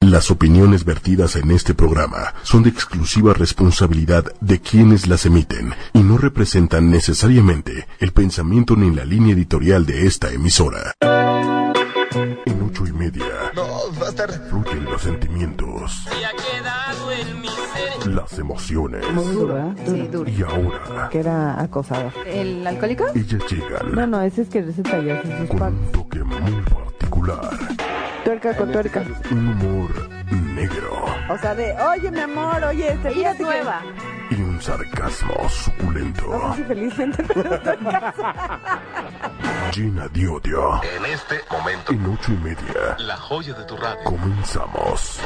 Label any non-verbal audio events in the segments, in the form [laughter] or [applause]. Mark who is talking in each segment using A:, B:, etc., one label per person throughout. A: Las opiniones vertidas en este programa son de exclusiva responsabilidad de quienes las emiten y no representan necesariamente el pensamiento ni la línea editorial de esta emisora. En ocho y media
B: No, va a estar.
A: fluyen los sentimientos,
C: ha quedado en mi ser.
A: las emociones
D: Muy duro, ¿verdad?
E: Sí, duro.
A: y ahora
D: Que era acosador.
E: ¿El alcohólico?
A: ellas
D: No,
A: llegan
D: no, ese es que se talló en sus
A: con
D: partes.
A: un toque muy particular,
D: Tuerca con tuerca.
A: un humor negro
D: O sea, de, oye, mi amor, oye, este,
E: Ella es
D: fíjate que-
E: nueva.
A: y un sarcasmo
D: No
A: suculento.
D: sé si felizmente, pero estoy casada.
A: Gina Diodio.
B: En este momento,
A: En ocho y media
B: la joya de tu radio.
A: comenzamos.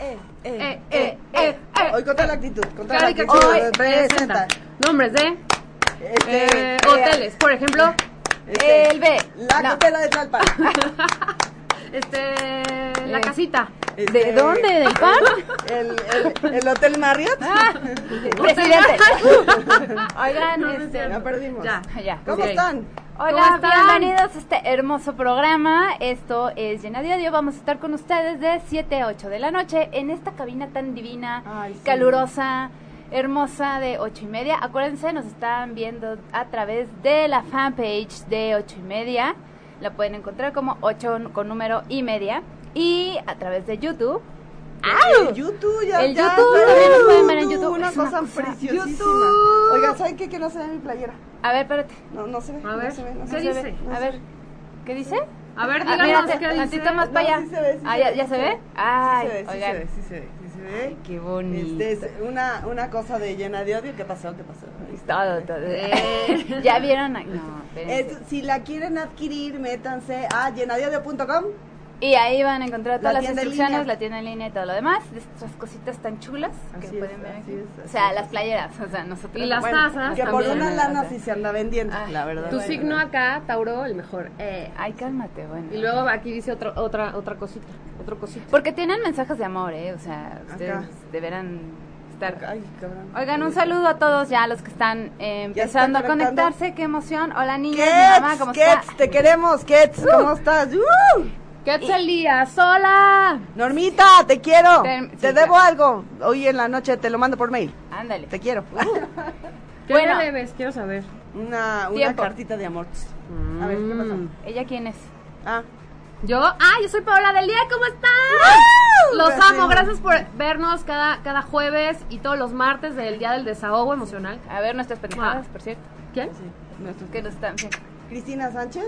F: Eh, eh.
E: Eh, eh, eh, eh.
F: Hoy con toda la actitud, con toda la
E: Claro que
F: actitud.
E: hoy
F: eh,
E: presenta nombres de
F: Este, eh,
E: eh, hoteles, por ejemplo,
F: este,
E: el B,
F: La
E: no,
F: cutela de Tlalpan.
E: este, la casita,
F: Este,
E: [laughs] ¿de dónde? Ah, ¿Del pan?
F: El, el, el Hotel Marriott.
E: Presidente.
F: [laughs]
E: Oigan, este,
F: Ya perdimos.
E: ya, ya.
F: ¿Cómo
E: ok.
F: están?
E: ¿Cómo
G: Hola,
E: están?
G: bienvenidos a este hermoso programa. Esto es Llena de Odio. Vamos a estar con ustedes de 7 a 8 de la noche en esta cabina tan divina,
F: Ay, sí.
G: calurosa, hermosa de 8 y media. Acuérdense, nos están viendo a través de la fanpage de 8 y media. La pueden encontrar como 8 con número y media. Y a través de YouTube.
F: El YouTube, ya.
G: El
F: ya,
G: YouTube,
F: ya,
G: también lo pueden ver en YouTube,
F: Una
G: es una
F: cosa
G: cosa-
F: preciosísima.
E: YouTube.
F: Oiga, ¿saben qué? Que no se ve mi playera.
G: A ver, espérate.
F: No, no se ve.
E: A ver,
F: no se ve, no
E: ¿qué
F: se ve.
E: dice?
F: No
G: A
F: se
G: ver,
F: ve.
G: ¿qué dice?
E: A ver,
G: Ah,
E: díganos
G: mírate,
E: qué dice.
G: tantito más
F: No,
G: para allá.
F: sí se ve, sí
G: Ah,
F: se
G: ya,
F: ve,
G: ya
F: sí
G: se
F: se
G: ve.
F: ve.
G: Ay,
F: sí se ve,
G: oigan.
F: sí se ve, sí se ve, sí se ve.
G: Qué bonito.
F: Este, es una, una cosa de llena de odio. ¿Qué pasó? ¿Qué pasó? Ahí está.
G: Todo, todo. Eh, [laughs] ya vieron. a- No,
F: Es-
G: espérense.
F: si la quieren adquirir, métanse a llenadiodio.com.
G: Y ahí van a encontrar todas
F: La
G: las
F: tienda en
G: instrucciones,
F: línea.
G: la tienda en línea y todo lo demás. De estas cositas tan chulas que
F: Así es,
G: pueden ver
F: así
G: aquí.
F: es, así
G: o sea,
F: es,
G: las
F: así
G: playeras. O sea, nosotros.
E: Y las
G: bueno,
E: tazas
F: Que por
E: también.
F: una lana
G: o sea.
F: sí se anda vendiendo,
G: Ay,
F: la verdad.
E: Tu
F: Bueno.
E: signo acá, Tauro, el mejor. Eh,
G: Ay, cálmate, bueno.
E: y luego aquí dice otro, otra, otra cosita, otro cosita.
G: Porque tienen mensajes de amor, ¿eh? O sea, ustedes
F: Acá.
G: deberán estar.
F: Ay, cabrón.
G: Oigan, un saludo a todos ya los que están eh,
F: Ya están
G: empezando a
F: conectando.
G: conectarse. Qué emoción. Hola, niña. Mi mamá, ¿cómo
F: Kets,
G: está?
F: Kets, te queremos, Kets, ¿cómo estás? ¡Uh!
E: Quetzalías, hola.
F: Normita, te quiero.
G: Te-
F: Te,
G: sí,
F: debo
G: claro.
F: algo. Hoy en la noche te lo mando por mail.
G: Ándale.
F: Te quiero.
G: Uh.
E: ¿Qué
G: Bueno.
E: me debes? Quiero saber.
F: Una, una
G: Tiempo. Mm.
F: cartita de amor. A ver, ¿qué pasó?
G: ¿Ella quién es?
F: Ah,
E: Yo, ah, yo soy Paola Delia, ¿cómo están? Los
F: Gracias.
E: amo, gracias por vernos cada, cada jueves y todos los martes del Día del Desahogo Emocional.
G: A ver, nuestras pendejadas, por cierto.
E: ¿Quién?
F: sí, nuestro-
G: Que nos están viendo.
F: Cristina Sánchez.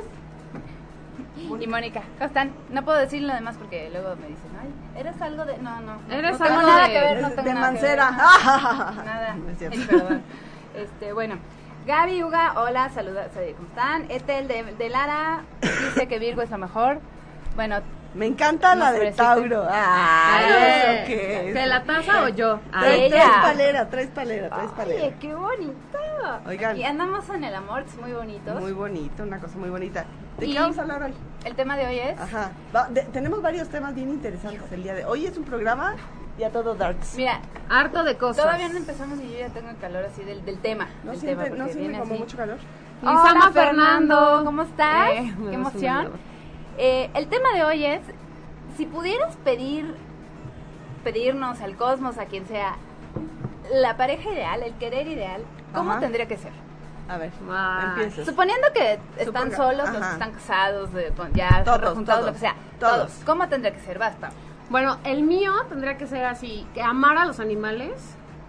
G: Y Mónica, ¿cómo están? No puedo decir lo demás porque luego me dicen, ay, eres algo de... No, no. no,
E: Eres
G: no tengo
E: algo
G: nada
E: de-
G: que ver,
F: de-
G: no tengo
F: de
G: nada que ver.
F: Mancera. Ah. [laughs]
G: Nada.
F: No es cierto.
G: Ay, [laughs] perdón. Este, bueno. Gaby Uga, hola, saluda, saluda, ¿cómo están? Etel de, de Lara dice que Virgo es lo mejor. Bueno,
F: Me encanta la de
G: Nombrecito.
F: Tauro. Ah, Ay,
E: Eh,
F: ¿eso qué es?
E: ¿De la taza o yo? A
F: Tres,
E: ver.
G: Ah, ella.
F: tres paleras, tres paleras, tres
G: oye,
F: paleras.
G: qué bonito.
F: Oigan.
G: Y andamos en el amor, es muy bonitos.
F: Muy bonito, una cosa muy bonita. ¿De
G: Y-
F: qué vamos a hablar hoy?
G: El tema de hoy es...
F: Ajá. Va- de- tenemos varios temas bien interesantes el día de hoy. Es un programa y a todo darts.
G: Mira,
E: Harto de cosas.
G: todavía no empezamos y yo ya tengo el calor así del, del tema.
F: ¿No
G: del
F: siente,
G: tema,
F: no
G: porque
F: siente
G: viene
F: como
G: así.
F: mucho calor?
E: Lizama Fernando.
G: ¿Cómo estás?
E: Eh, me
G: Qué
E: das un
G: emoción.
E: helado.
G: Eh, el tema de hoy es, si pudieras pedir, pedirnos al cosmos, a quien sea, la pareja ideal, el querer ideal, ¿cómo
F: Ajá.
G: tendría que ser?
F: A ver,
E: Ay.
F: empiezas.
G: Suponiendo que están
F: Suponga-
G: solos, los
F: Pues, ajá.
G: que están casados, de- con- ya
F: Todos,
G: juntados, lo que
F: todos,
G: sea,
F: todos.
G: ¿cómo tendría que ser? Basta.
E: Bueno, el mío tendría que ser así, que amar a los animales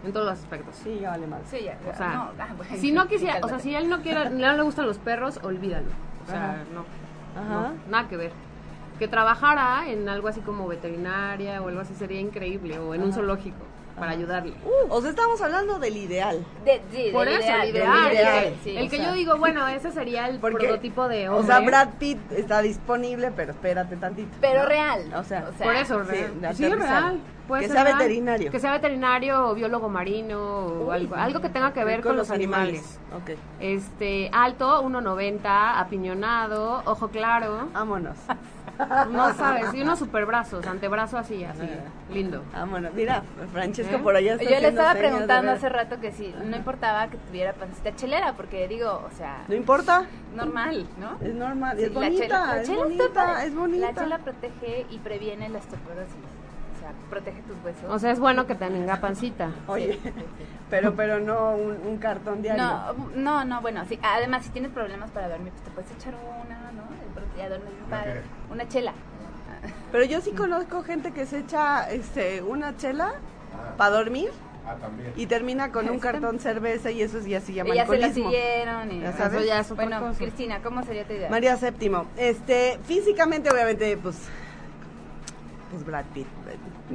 E: en todos los aspectos.
F: Sí, ya vale más.
G: Sí, ya.
E: O sea,
G: no, ah, bueno,
E: si no
G: sí, [laughs]
E: quisiera, o sea,
G: cálmate.
E: si él no quiere, no le gustan los perros, olvídalo. O sea,
F: Ajá.
E: no,
F: Ajá.
E: no, nada que ver. Que trabajara en algo así como veterinaria o algo así sería increíble, o en un zoológico, para ayudarle.
F: Uh, O sea, estamos hablando del ideal.
G: De- sí,
E: Por
G: del
E: eso, el
G: del
E: ideal.
F: ideal,
G: sí,
E: el
G: o
E: que
G: sea.
E: yo digo, bueno, ese sería el
F: Porque-
E: prototipo de
F: O
E: hombre.
F: sea, Brad Pitt está disponible, pero espérate tantito.
G: Pero
F: ¿no?
G: real.
F: O sea,
E: Por eso,
F: Sí,
E: real.
F: de
E: Sí,
F: aterrizar.
E: real. Puede
F: Que
E: ser
F: sea
E: real.
F: veterinario.
E: Que sea veterinario o biólogo marino o
F: Uy,
E: algo, algo que tenga que ver con, los animales.
F: Ok,
E: Este, alto, 1.90, apiñonado, ojo claro.
F: vámonos.
E: No sabes, y unos superbrazos, antebrazo así, así, lindo.
F: Vámonos. Mira, Franche es que por allá está
G: ¿Eh? Yo le
F: haciendo
G: estaba
F: señas,
G: preguntando
F: a ver.
G: hace rato que si no importaba que tuviera pancita chelera, porque digo, o sea,
F: No importa,
G: normal, ¿no?
F: es normal,
G: Sí,
F: es
G: la
F: bonita,
G: chela- la
F: es,
G: chela está
F: bonita
G: padre.
F: es bonita,
G: La chela protege y previene la osteoporosis. O sea, protege tus huesos.
E: O sea, es bueno que tenga pancita.
F: Oye, [laughs] pero pero no un, un cartón diario.
G: no, no, no, bueno, sí, además si tienes problemas para dormir, pues te puedes echar una, ¿no? El ya duermes bien padre. Una chela.
F: Pero yo sí conozco gente que se echa este una chela para dormir
H: Ah, también.
F: y termina con un cartón cerveza y eso es ya se llama
G: Y ya se la
F: alcoholismo.
G: siguieron. Y,
F: Ya sabes.
E: Eso ya es otra
G: bueno,
E: cosa.
G: Cristina, ¿cómo sería tu idea?
F: María Séptimo, este, físicamente obviamente pues pues Brad Pitt.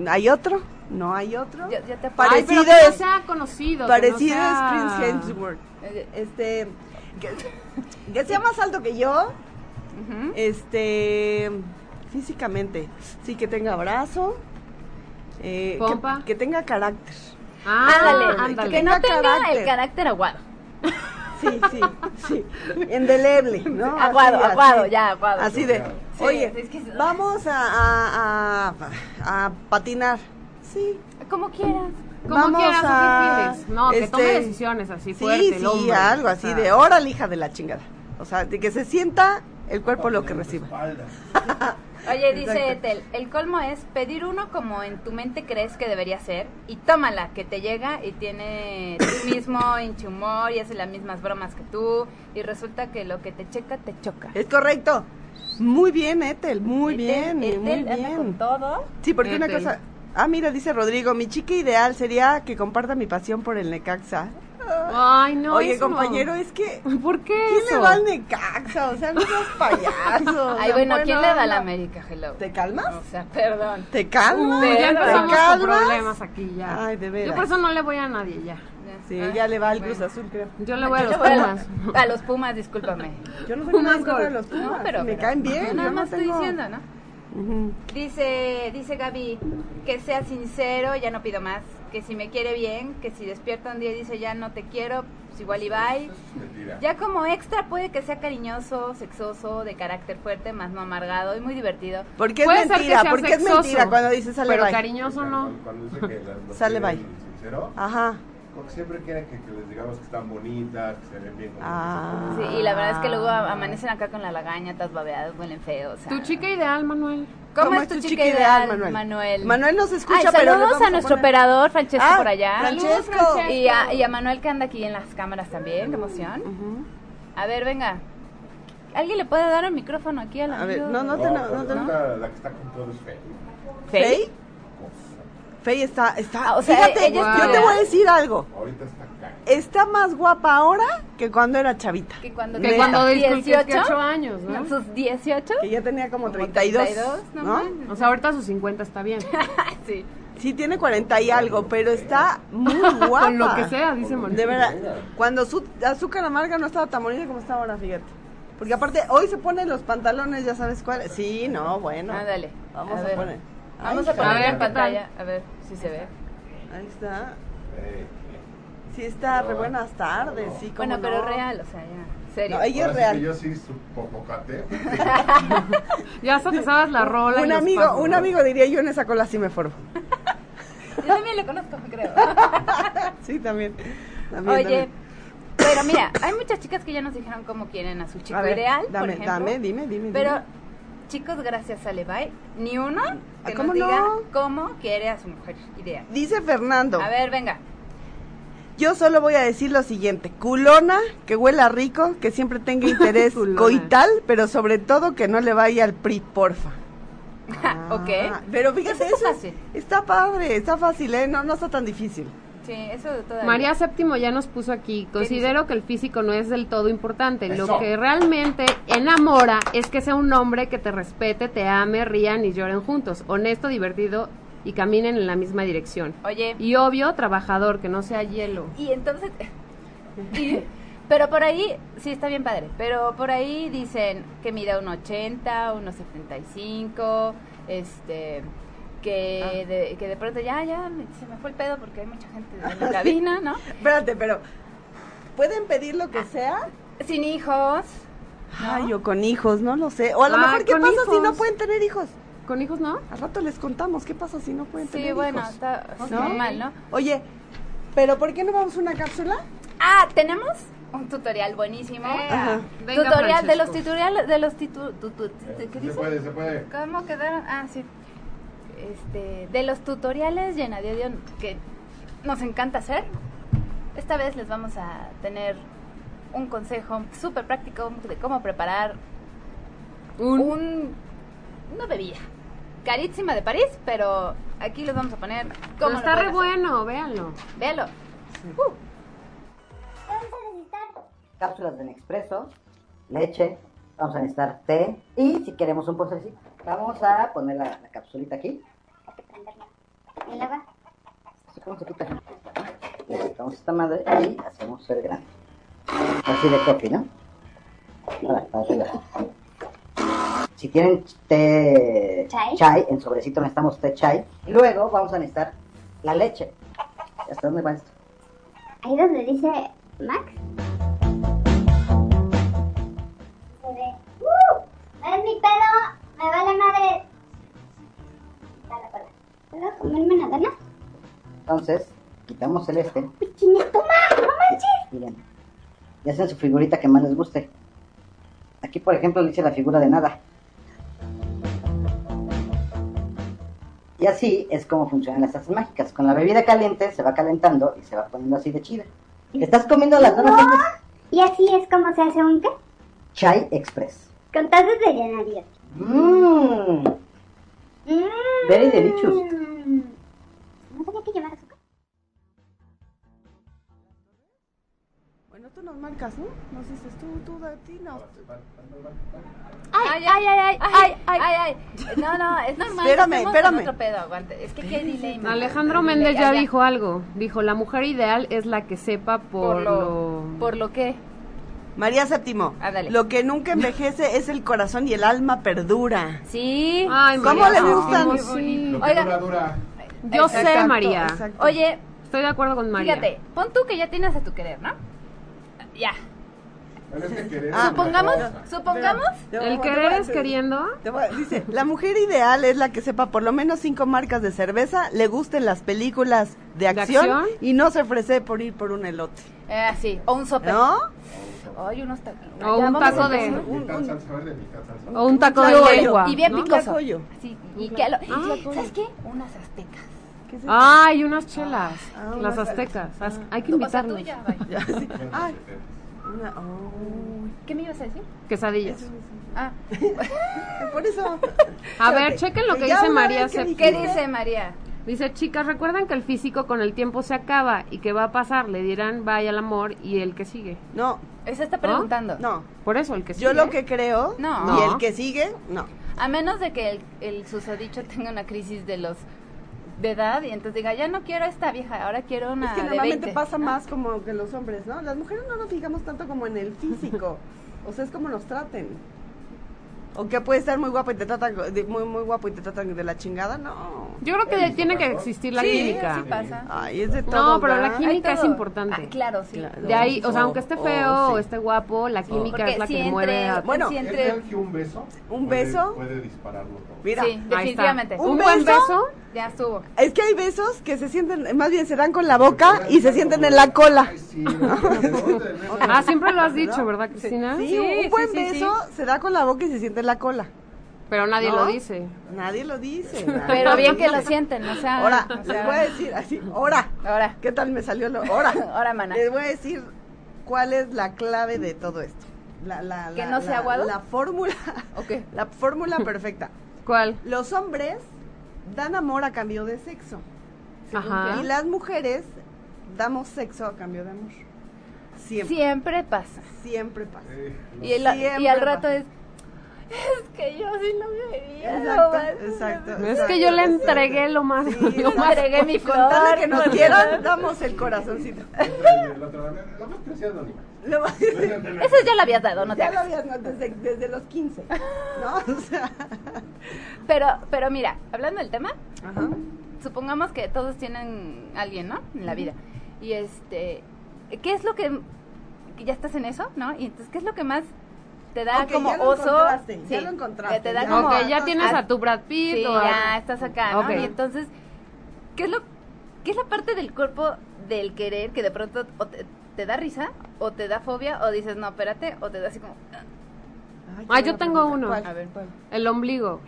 F: ¿Hay otro? ¿No hay otro?
G: Yo- yo te apoyo.
E: Ay,
F: parecido
E: pero que no
F: es-
E: sea conocido. que
F: parecido
E: no sea-
F: es Prince Hemsworth.
G: Eh,
F: Este que, que sea más alto que yo,
G: ujú.
F: este físicamente, sí que tenga brazo, eh, que-
E: Pompa.
F: que tenga carácter.
E: Ah,
G: Ándale,
E: ándale.
G: que no
F: Tenga
G: tenga
F: carácter.
G: el carácter aguado.
F: Sí, sí, sí.
G: [laughs]
F: Indeleble, ¿no? Así,
G: Aguado,
F: así.
G: aguado, ya, aguado.
F: Así de,
G: Sí,
F: oye,
G: es que-
F: vamos a, a, a- a patinar. Sí.
G: Como quieras.
E: Como
F: vamos
E: quieras,
F: a-
E: ¿o qué quieres? No, que tome
F: este,
E: decisiones así fuerte
F: Sí,
E: el
F: sí,
E: hombre,
F: algo
E: o
F: así
E: sea.
F: de, "Oh, órale, hija de la chingada. O sea, de que se sienta el cuerpo lo que recibe.
H: Espalda.
G: Oye, dice
F: Exacto.
G: Etel, el colmo es pedir uno como en tu mente crees que debería ser y tómala, que te llega y tiene
F: [coughs]
G: tu mismo hinche humor y hace las mismas bromas que tú y resulta que lo que te checa, te choca.
F: Es correcto. Muy bien, Ethel, muy bien,
G: Etel
F: muy
G: anda con
F: bien.
G: todo.
F: Sí, porque una
E: Ethel.
F: cosa... Ah, mira, dice Rodrigo, mi chica ideal sería que comparta mi pasión por el Necaxa.
E: Ay, no.
F: Oye,
E: eso no.
F: compañero, es que
E: [laughs] ¿Por qué
F: ¿Quién
E: eso?
F: le va al Necaxa? O sea, no
G: [laughs]
F: seas payaso.
G: Ay, bueno, ¿quién le da la
F: América?
G: América, hello?
F: ¿Te calmas?
G: O sea, perdón.
F: ¿Te calmas?
E: Uy, Pues ya
G: Pero-
E: empezamos
F: ¿Te
E: con
F: calmas?
E: problemas aquí ya.
F: Ay, de veras.
E: Yo por eso no le voy a nadie ya.
F: Sí,
G: Ah,
F: ya le va al
G: bueno.
F: Cruz Azul, creo.
E: Yo le voy a los
G: Yo voy
E: Pumas.
G: A los Pumas,
F: [laughs]
G: discúlpame.
F: Yo no soy nada
E: Pumas
F: en contra de
E: Gold.
F: los Pumas.
G: No, pero
F: Ah, me
G: pero-
F: caen bien.
G: Nada más
F: yo no
G: estoy
F: tengo-
G: diciendo, ¿no?
F: Ujú.
G: Dice, dice Gaby, que sea sincero, ya no pido más. Que si me quiere bien, que si despierta un día y dice ya no te quiero, pues igual y bye.
H: Mentira.
G: Ya como extra puede que sea cariñoso, sexoso, de carácter fuerte, más no amargado y muy divertido.
F: ¿Por qué es
E: Puede ser que
F: mentira?
E: sea
F: ¿Por qué es
E: sexoso,
F: mentira cuando dices [laughs] sale
E: Pero
F: bye?
E: cariñoso no.
H: Cuando- Cuando dice que las- los
F: Sale,
H: piden
F: bye. Ah.
H: Sincero.
F: Ajá.
H: Porque siempre quieren que, que les digamos que están bonitas, que se ven bien. con
F: Ah.
G: Sí, y la verdad es que luego a- amanecen acá con la lagaña, todas babeadas, huelen feo. o sea.
E: Tu chica ideal, Manuel.
G: ¿Cómo, es tu chica ideal, Manuel?
F: este Manuel, nos escucha,
G: Ay,
F: pero le
G: saludos
F: vamos
G: a nuestro
F: poner-
G: operador, Francesco,
F: Ah,
G: por allá.
F: Francesco.
E: Saludos, Francesco.
G: Y a, y a Manuel que anda aquí en las cámaras también, qué emoción.
F: Ujú.
G: A ver, venga. ¿Alguien le puede dar el micrófono aquí al
F: A
G: amigo?
F: ver, no, no
H: No,
F: te
H: pero
F: no te no.
H: ahorita La que está con todo es fea.
F: ¿Fey?
G: ¿Fey?
F: Fey está, está,
G: Ah, o sea,
F: fíjate,
G: ella
E: es
F: yo te
E: tu-
F: voy a decir algo.
H: Ahorita está acá.
F: Está más guapa ahora que cuando era chavita.
G: Que cuando,
E: Que cuando
G: tenía
E: discutí 18 años, ¿no?
G: ¿no? sus 18.
F: Que ya tenía como
G: Como
F: 32,
G: 32, no
F: ¿no?
G: manches.
E: O sea, ahorita a sus 50
F: [laughs]
E: está bien.
G: Ah, sí.
F: Sí, tiene 40 y algo, pero está
G: [laughs]
F: muy guapa.
E: Con lo que sea, dice Manuel.
F: De verdad, cuando su azúcar amarga no estaba tan bonita como está ahora, fíjate. Porque aparte, hoy se ponen los pantalones, ya sabes cuál. Sí, no, bueno.
G: Ándale.
F: Vamos a,
G: Ah, ver.
F: poner.
G: Vamos
F: Ahí
G: a poner
E: A ver,
G: en
E: ¿qué tal?
G: pantalla, a ver si se ve.
F: está, Ahí está.
H: Eh,
F: Sí, está re buenas tardes, sí, como.
G: Bueno, pero real, o sea, ya. Serio.
F: No, ella es
H: ahora sí que
F: real.
H: Yo sí supopocate.
E: Ya hasta te sabes la rola. y
F: Un
E: los
F: amigo,
E: pasos,
F: un
E: ¿no?
F: amigo diría yo en esa cola sí me formo. [laughs]
G: Yo también lo conozco, creo.
F: Sí, también. también,
G: Oye,
F: también.
G: pero mira, hay muchas chicas que ya nos dijeron cómo quieren a su chico
F: A ver,
G: ideal, por
F: dame,
G: ejemplo.
F: dame, dime, dime.
G: Pero,
F: dime.
G: chicos, gracias a Levi, ni uno que
F: ¿cómo
G: nos diga
F: no?
G: cómo quiere a su mujer ideal.
F: dice Fernando.
G: A ver, venga.
F: Yo solo voy a decir lo siguiente, culona, que huela rico, que siempre
G: [laughs]
F: tenga interés
E: Culona.
F: coital, pero sobre todo que no le vaya al PRI, porfa.
G: [laughs] ok.
F: Ah, Pero
G: Eso
F: fíjate, eso
G: está
F: es-
G: fácil.
F: está padre, está fácil, ¿eh? No, no está tan difícil.
G: Sí, eso todavía.
E: María Séptimo ya nos puso aquí, considero que el físico no es del todo importante,
H: Eso.
E: lo que realmente enamora es que sea un hombre que te respete, te ame, rían y lloren juntos, honesto, divertido y caminen en la misma dirección.
G: Oye, y,
E: Y obvio, trabajador, que no sea hielo.
G: entonces. [laughs] y- pero por ahí, sí está bien padre, pero por ahí dicen que mida un 80, unos 75, este. Que, de, que de pronto ya, ya, me- se me fue el pedo porque hay mucha gente en la cabina, ¿no?
F: Espérate, pero ¿pueden pedir lo que sea?
G: Sin hijos. Ah. ¿no? Ah,
F: Ay, o con hijos, no lo sé. O a lo
E: Ay,
F: mejor, ¿qué
E: con
F: pasa si
E: hijos.
F: no pueden tener hijos?
E: ¿Con hijos no?
F: Al rato les contamos qué pasa si no pueden tener
G: Sí, bueno,
F: hijos.
G: está
F: Ok.
G: normal, ¿no?
F: Oye, ¿pero por qué no vamos a una cápsula?
G: Ah, tenemos un tutorial buenísimo.
E: Ajá. Venga,
G: tutorial de los
E: Francesco.
G: tutoriales de los titu, tu- tu-
H: Eh,
G: ¿qué
H: se
G: dice?
H: puede, se puede.
G: ¿Cómo quedaron? Ah, sí. Este, de los tutoriales llena de odio que nos encanta hacer. Esta vez les vamos a tener un consejo súper práctico de cómo preparar
E: Un-
G: un- una bebida. Carísima de París, pero aquí les vamos a poner
E: Pero
G: cómo lo
E: está
G: pueden
E: re
G: hacer.
E: bueno, véanlo.
G: Véalo.
I: cápsulas de Nespresso, leche, vamos a necesitar té y si queremos un postrecito, vamos a poner la, la capsulita aquí.
J: El agua,
I: Así como se quita. Le quitamos esta madre y hacemos el grande. Así de coffee, ¿no? Ahora, para arriba. Si tienen té
J: Chai.
I: en sobrecito necesitamos té chai. Luego vamos a necesitar la leche. ¿Hasta dónde va esto?
J: ahí donde dice Max. Se ve. ¡Uh! ¡Es mi pelo! ¡Me vale madre! Dale, cola. ¿Puedo comerme una dona?
I: Entonces, quitamos el este.
J: ¡Chinga tu madre! ¡No manches!
I: Miren, y hacen su figurita que más les guste. Aquí, por ejemplo, le hice la figura de nada. Y así es como funcionan las tazas mágicas. Con la bebida caliente se va calentando y se va poniendo así de chida. Estás comiendo las donas estas?
J: Y así es como se hace un qué?
I: Chai Express.
J: Con tazas de llenarías.
I: Mmm.
J: Mmm.
I: Very delicious.
J: ¿No sabía que llevar azúcar?
F: Bueno, tú nos marcas, ¿no? Nos dices tú, tú, a ti, no.
G: Ay, ay, ay, ay, ay, ay, ay. No, no, es normal.
F: Espérame,
G: estamos con
F: espérame.
G: otro pedo, aguante. Es que qué delay. man.
E: Alejandro
G: Ay,
E: Méndez ya
G: ay, ay.
E: dijo algo. Dijo, la mujer ideal es la que sepa por,
G: por
E: lo...
G: lo por lo que
F: María Séptimo,
G: Ándale.
F: lo que nunca envejece es el corazón y el alma perdura.
G: Sí.
E: Ay,
F: ¿Cómo
E: María,
F: le gustan?
E: sí, sí.
H: Lo que
G: Oiga.
H: dura, dura.
E: Yo sé,
F: Exacto,
E: María.
F: exacto.
G: Oye,
E: Estoy de acuerdo con María.
G: fíjate, pon tú que ya tienes a tu querer, ¿no? Ya.
H: Bueno, es que querer
F: Ah,
H: es una
G: Supongamos,
H: cosa.
G: supongamos.
F: Te voy a-
E: El
F: te voy
E: querer
F: a-
E: es queriendo.
F: te voy a- Dice, la mujer ideal es la que sepa por lo menos cinco marcas de cerveza, le gusten las películas de acción,
E: acción?
F: y no se ofrece por ir por un elote.
G: Eh, sí, o un sope.
F: ¿No?
G: Ay, unos tacos.
E: O un Oh. taco de-
H: Mitad salsa verde, mitad salsa.
E: O un taco de
F: Claro,
E: lengua.
G: Y bien
E: ¿no?
G: picoso.
F: Tlacoyo.
G: Sí, y que lo-
E: Ah.
G: ¿Sabes qué? Unas aztecas.
F: ¿Qué es
E: Ay, unas chelas.
F: Ah,
E: las
F: unas-
E: aztecas. Az- Hay que
G: O sea,
E: invitarlos.
G: tuya, vaya.
F: eso? Sí.
H: Bueno,
F: Ay,
H: este,
F: una- oh.
G: ¿Qué me ibas a decir?
E: Quesadillas.
G: Ah,
F: Por eso.
E: A ver, chequen lo que
F: Ya
E: dice
F: una
E: María.
F: vez que
E: Sep-
G: ¿qué dice María?
E: Dice, chicas, recuerdan que el físico con el tiempo se acaba y que va a pasar. Le dirán, vaya al amor y el que sigue.
F: No,
G: Esa está preguntando.
F: no.
E: Por eso, el que sigue.
F: Yo lo que creo,
G: No.
F: y el que sigue, no.
G: A menos de que el, el susodicho tenga una crisis de los de edad y entonces diga, ya no quiero a esta vieja, ahora quiero una
F: Es que
G: Ah, de
F: normalmente
G: 20".
F: pasa más como que los hombres, ¿no? Las mujeres no nos fijamos tanto como en el físico. [laughs] o sea, es como nos traten. O que puede estar muy guapo y te tratan de- muy muy guapo y te tratan de la chingada, no.
E: Yo creo que tiene que existir la
G: Sí,
E: química.
G: sí pasa.
F: Ay, es de
E: No,
F: todo.
E: pero la
F: ¿verdad?
E: química- es
G: todo.
E: importante.
G: Ah, claro, sí.
F: Claro.
E: De ahí, o sea,
F: Oh,
E: aunque esté
F: oh,
E: feo
F: sí.
E: o esté guapo, la química
G: Porque
E: es la
G: si
E: que
G: entre,
E: mueve a...
F: Bueno,
G: si
H: ¿Es
G: entre-
H: real que un beso?
F: ¿Un
H: puede-
F: beso?
H: Puede dispararlo todo.
F: Mira,
G: sí,
E: Ahí está.
G: definitivamente.
E: Un,
F: Un
E: buen
F: beso.
E: beso.
G: Ya estuvo.
F: es que hay besos que se sienten, más bien se dan con la boca y se sienten en la cola.
H: Ay, sí, no,
E: Ah, siempre lo has dicho, ¿verdad, Cristina?
F: Sí, un buen beso se da con la boca y se siente en la cola.
E: Pero nadie
F: ¿No?
E: lo dice.
F: Nadie
G: [laughs]
F: lo dice.
G: Pero bien que lo
F: sienten
G: sienten, o sea.
F: Ahora,
G: o sea,
F: les voy a decir así, ahora.
G: Ahora.
F: ¿Qué tal me salió lo? Ahora.
G: [laughs] Ahora, mana.
F: Les voy a decir cuál es la clave de todo esto. La, la,
G: ¿Que
F: la-
G: no sea
F: la-
G: aguado?
F: La fórmula.
G: [laughs] Ok.
F: La fórmula
G: [laughs]
F: perfecta.
E: ¿Cuál?
F: Los hombres dan amor a cambio de sexo.
E: Ajá.
G: Ah.
F: Y las mujeres damos sexo a cambio de amor. Siempre.
G: Siempre pasa.
F: Siempre pasa.
H: Eh.
G: Y, el- y al
F: Siempre
G: rato
F: pasa.
G: es. Es que yo sí lo quería.
F: Exacto,
G: no,
F: exacto.
E: Es que yo le entregué lo más...
F: Sí,
E: [laughs] lo
G: no,
E: más-
G: entregué
E: [laughs]
G: mi
F: Con tal de que
G: flor.
F: nos quieran, damos el corazoncito. [laughs]
H: El otro, lo más preciado, Lima.
F: Lo más-
G: Eso ya lo habías dado, no te
F: Ya lo
G: hagas.
F: habías, ¿no? desde, desde los 15, [laughs] ¿no? O sea,
G: Pero, pero mira, hablando del tema,
F: ajá.
G: supongamos que todos tienen alguien, ¿no? En la vida. Y este, ¿qué es lo que, que ya estás en eso, ¿no? Y entonces, ¿qué es lo que más te da
F: Ok,
G: como
F: ya lo
G: oso.
F: encontraste, ya lo encontraste,
G: Te da
F: ya.
G: como.
E: Ok,
F: Ah, [laughs]
E: ya tienes
G: ah,
E: a tu Brad Pitt
G: Sí,
E: o a-
G: ya estás acá, ¿no?
E: Ok.
G: Y entonces, ¿qué es lo qué es la parte del cuerpo del querer que de pronto o te, te da risa o te da fobia o dices, "No, espérate", o te da así como,
E: Ah, yo tengo uno.
F: ¿Cuál?
G: a ver, ¿cuál?
E: El ombligo.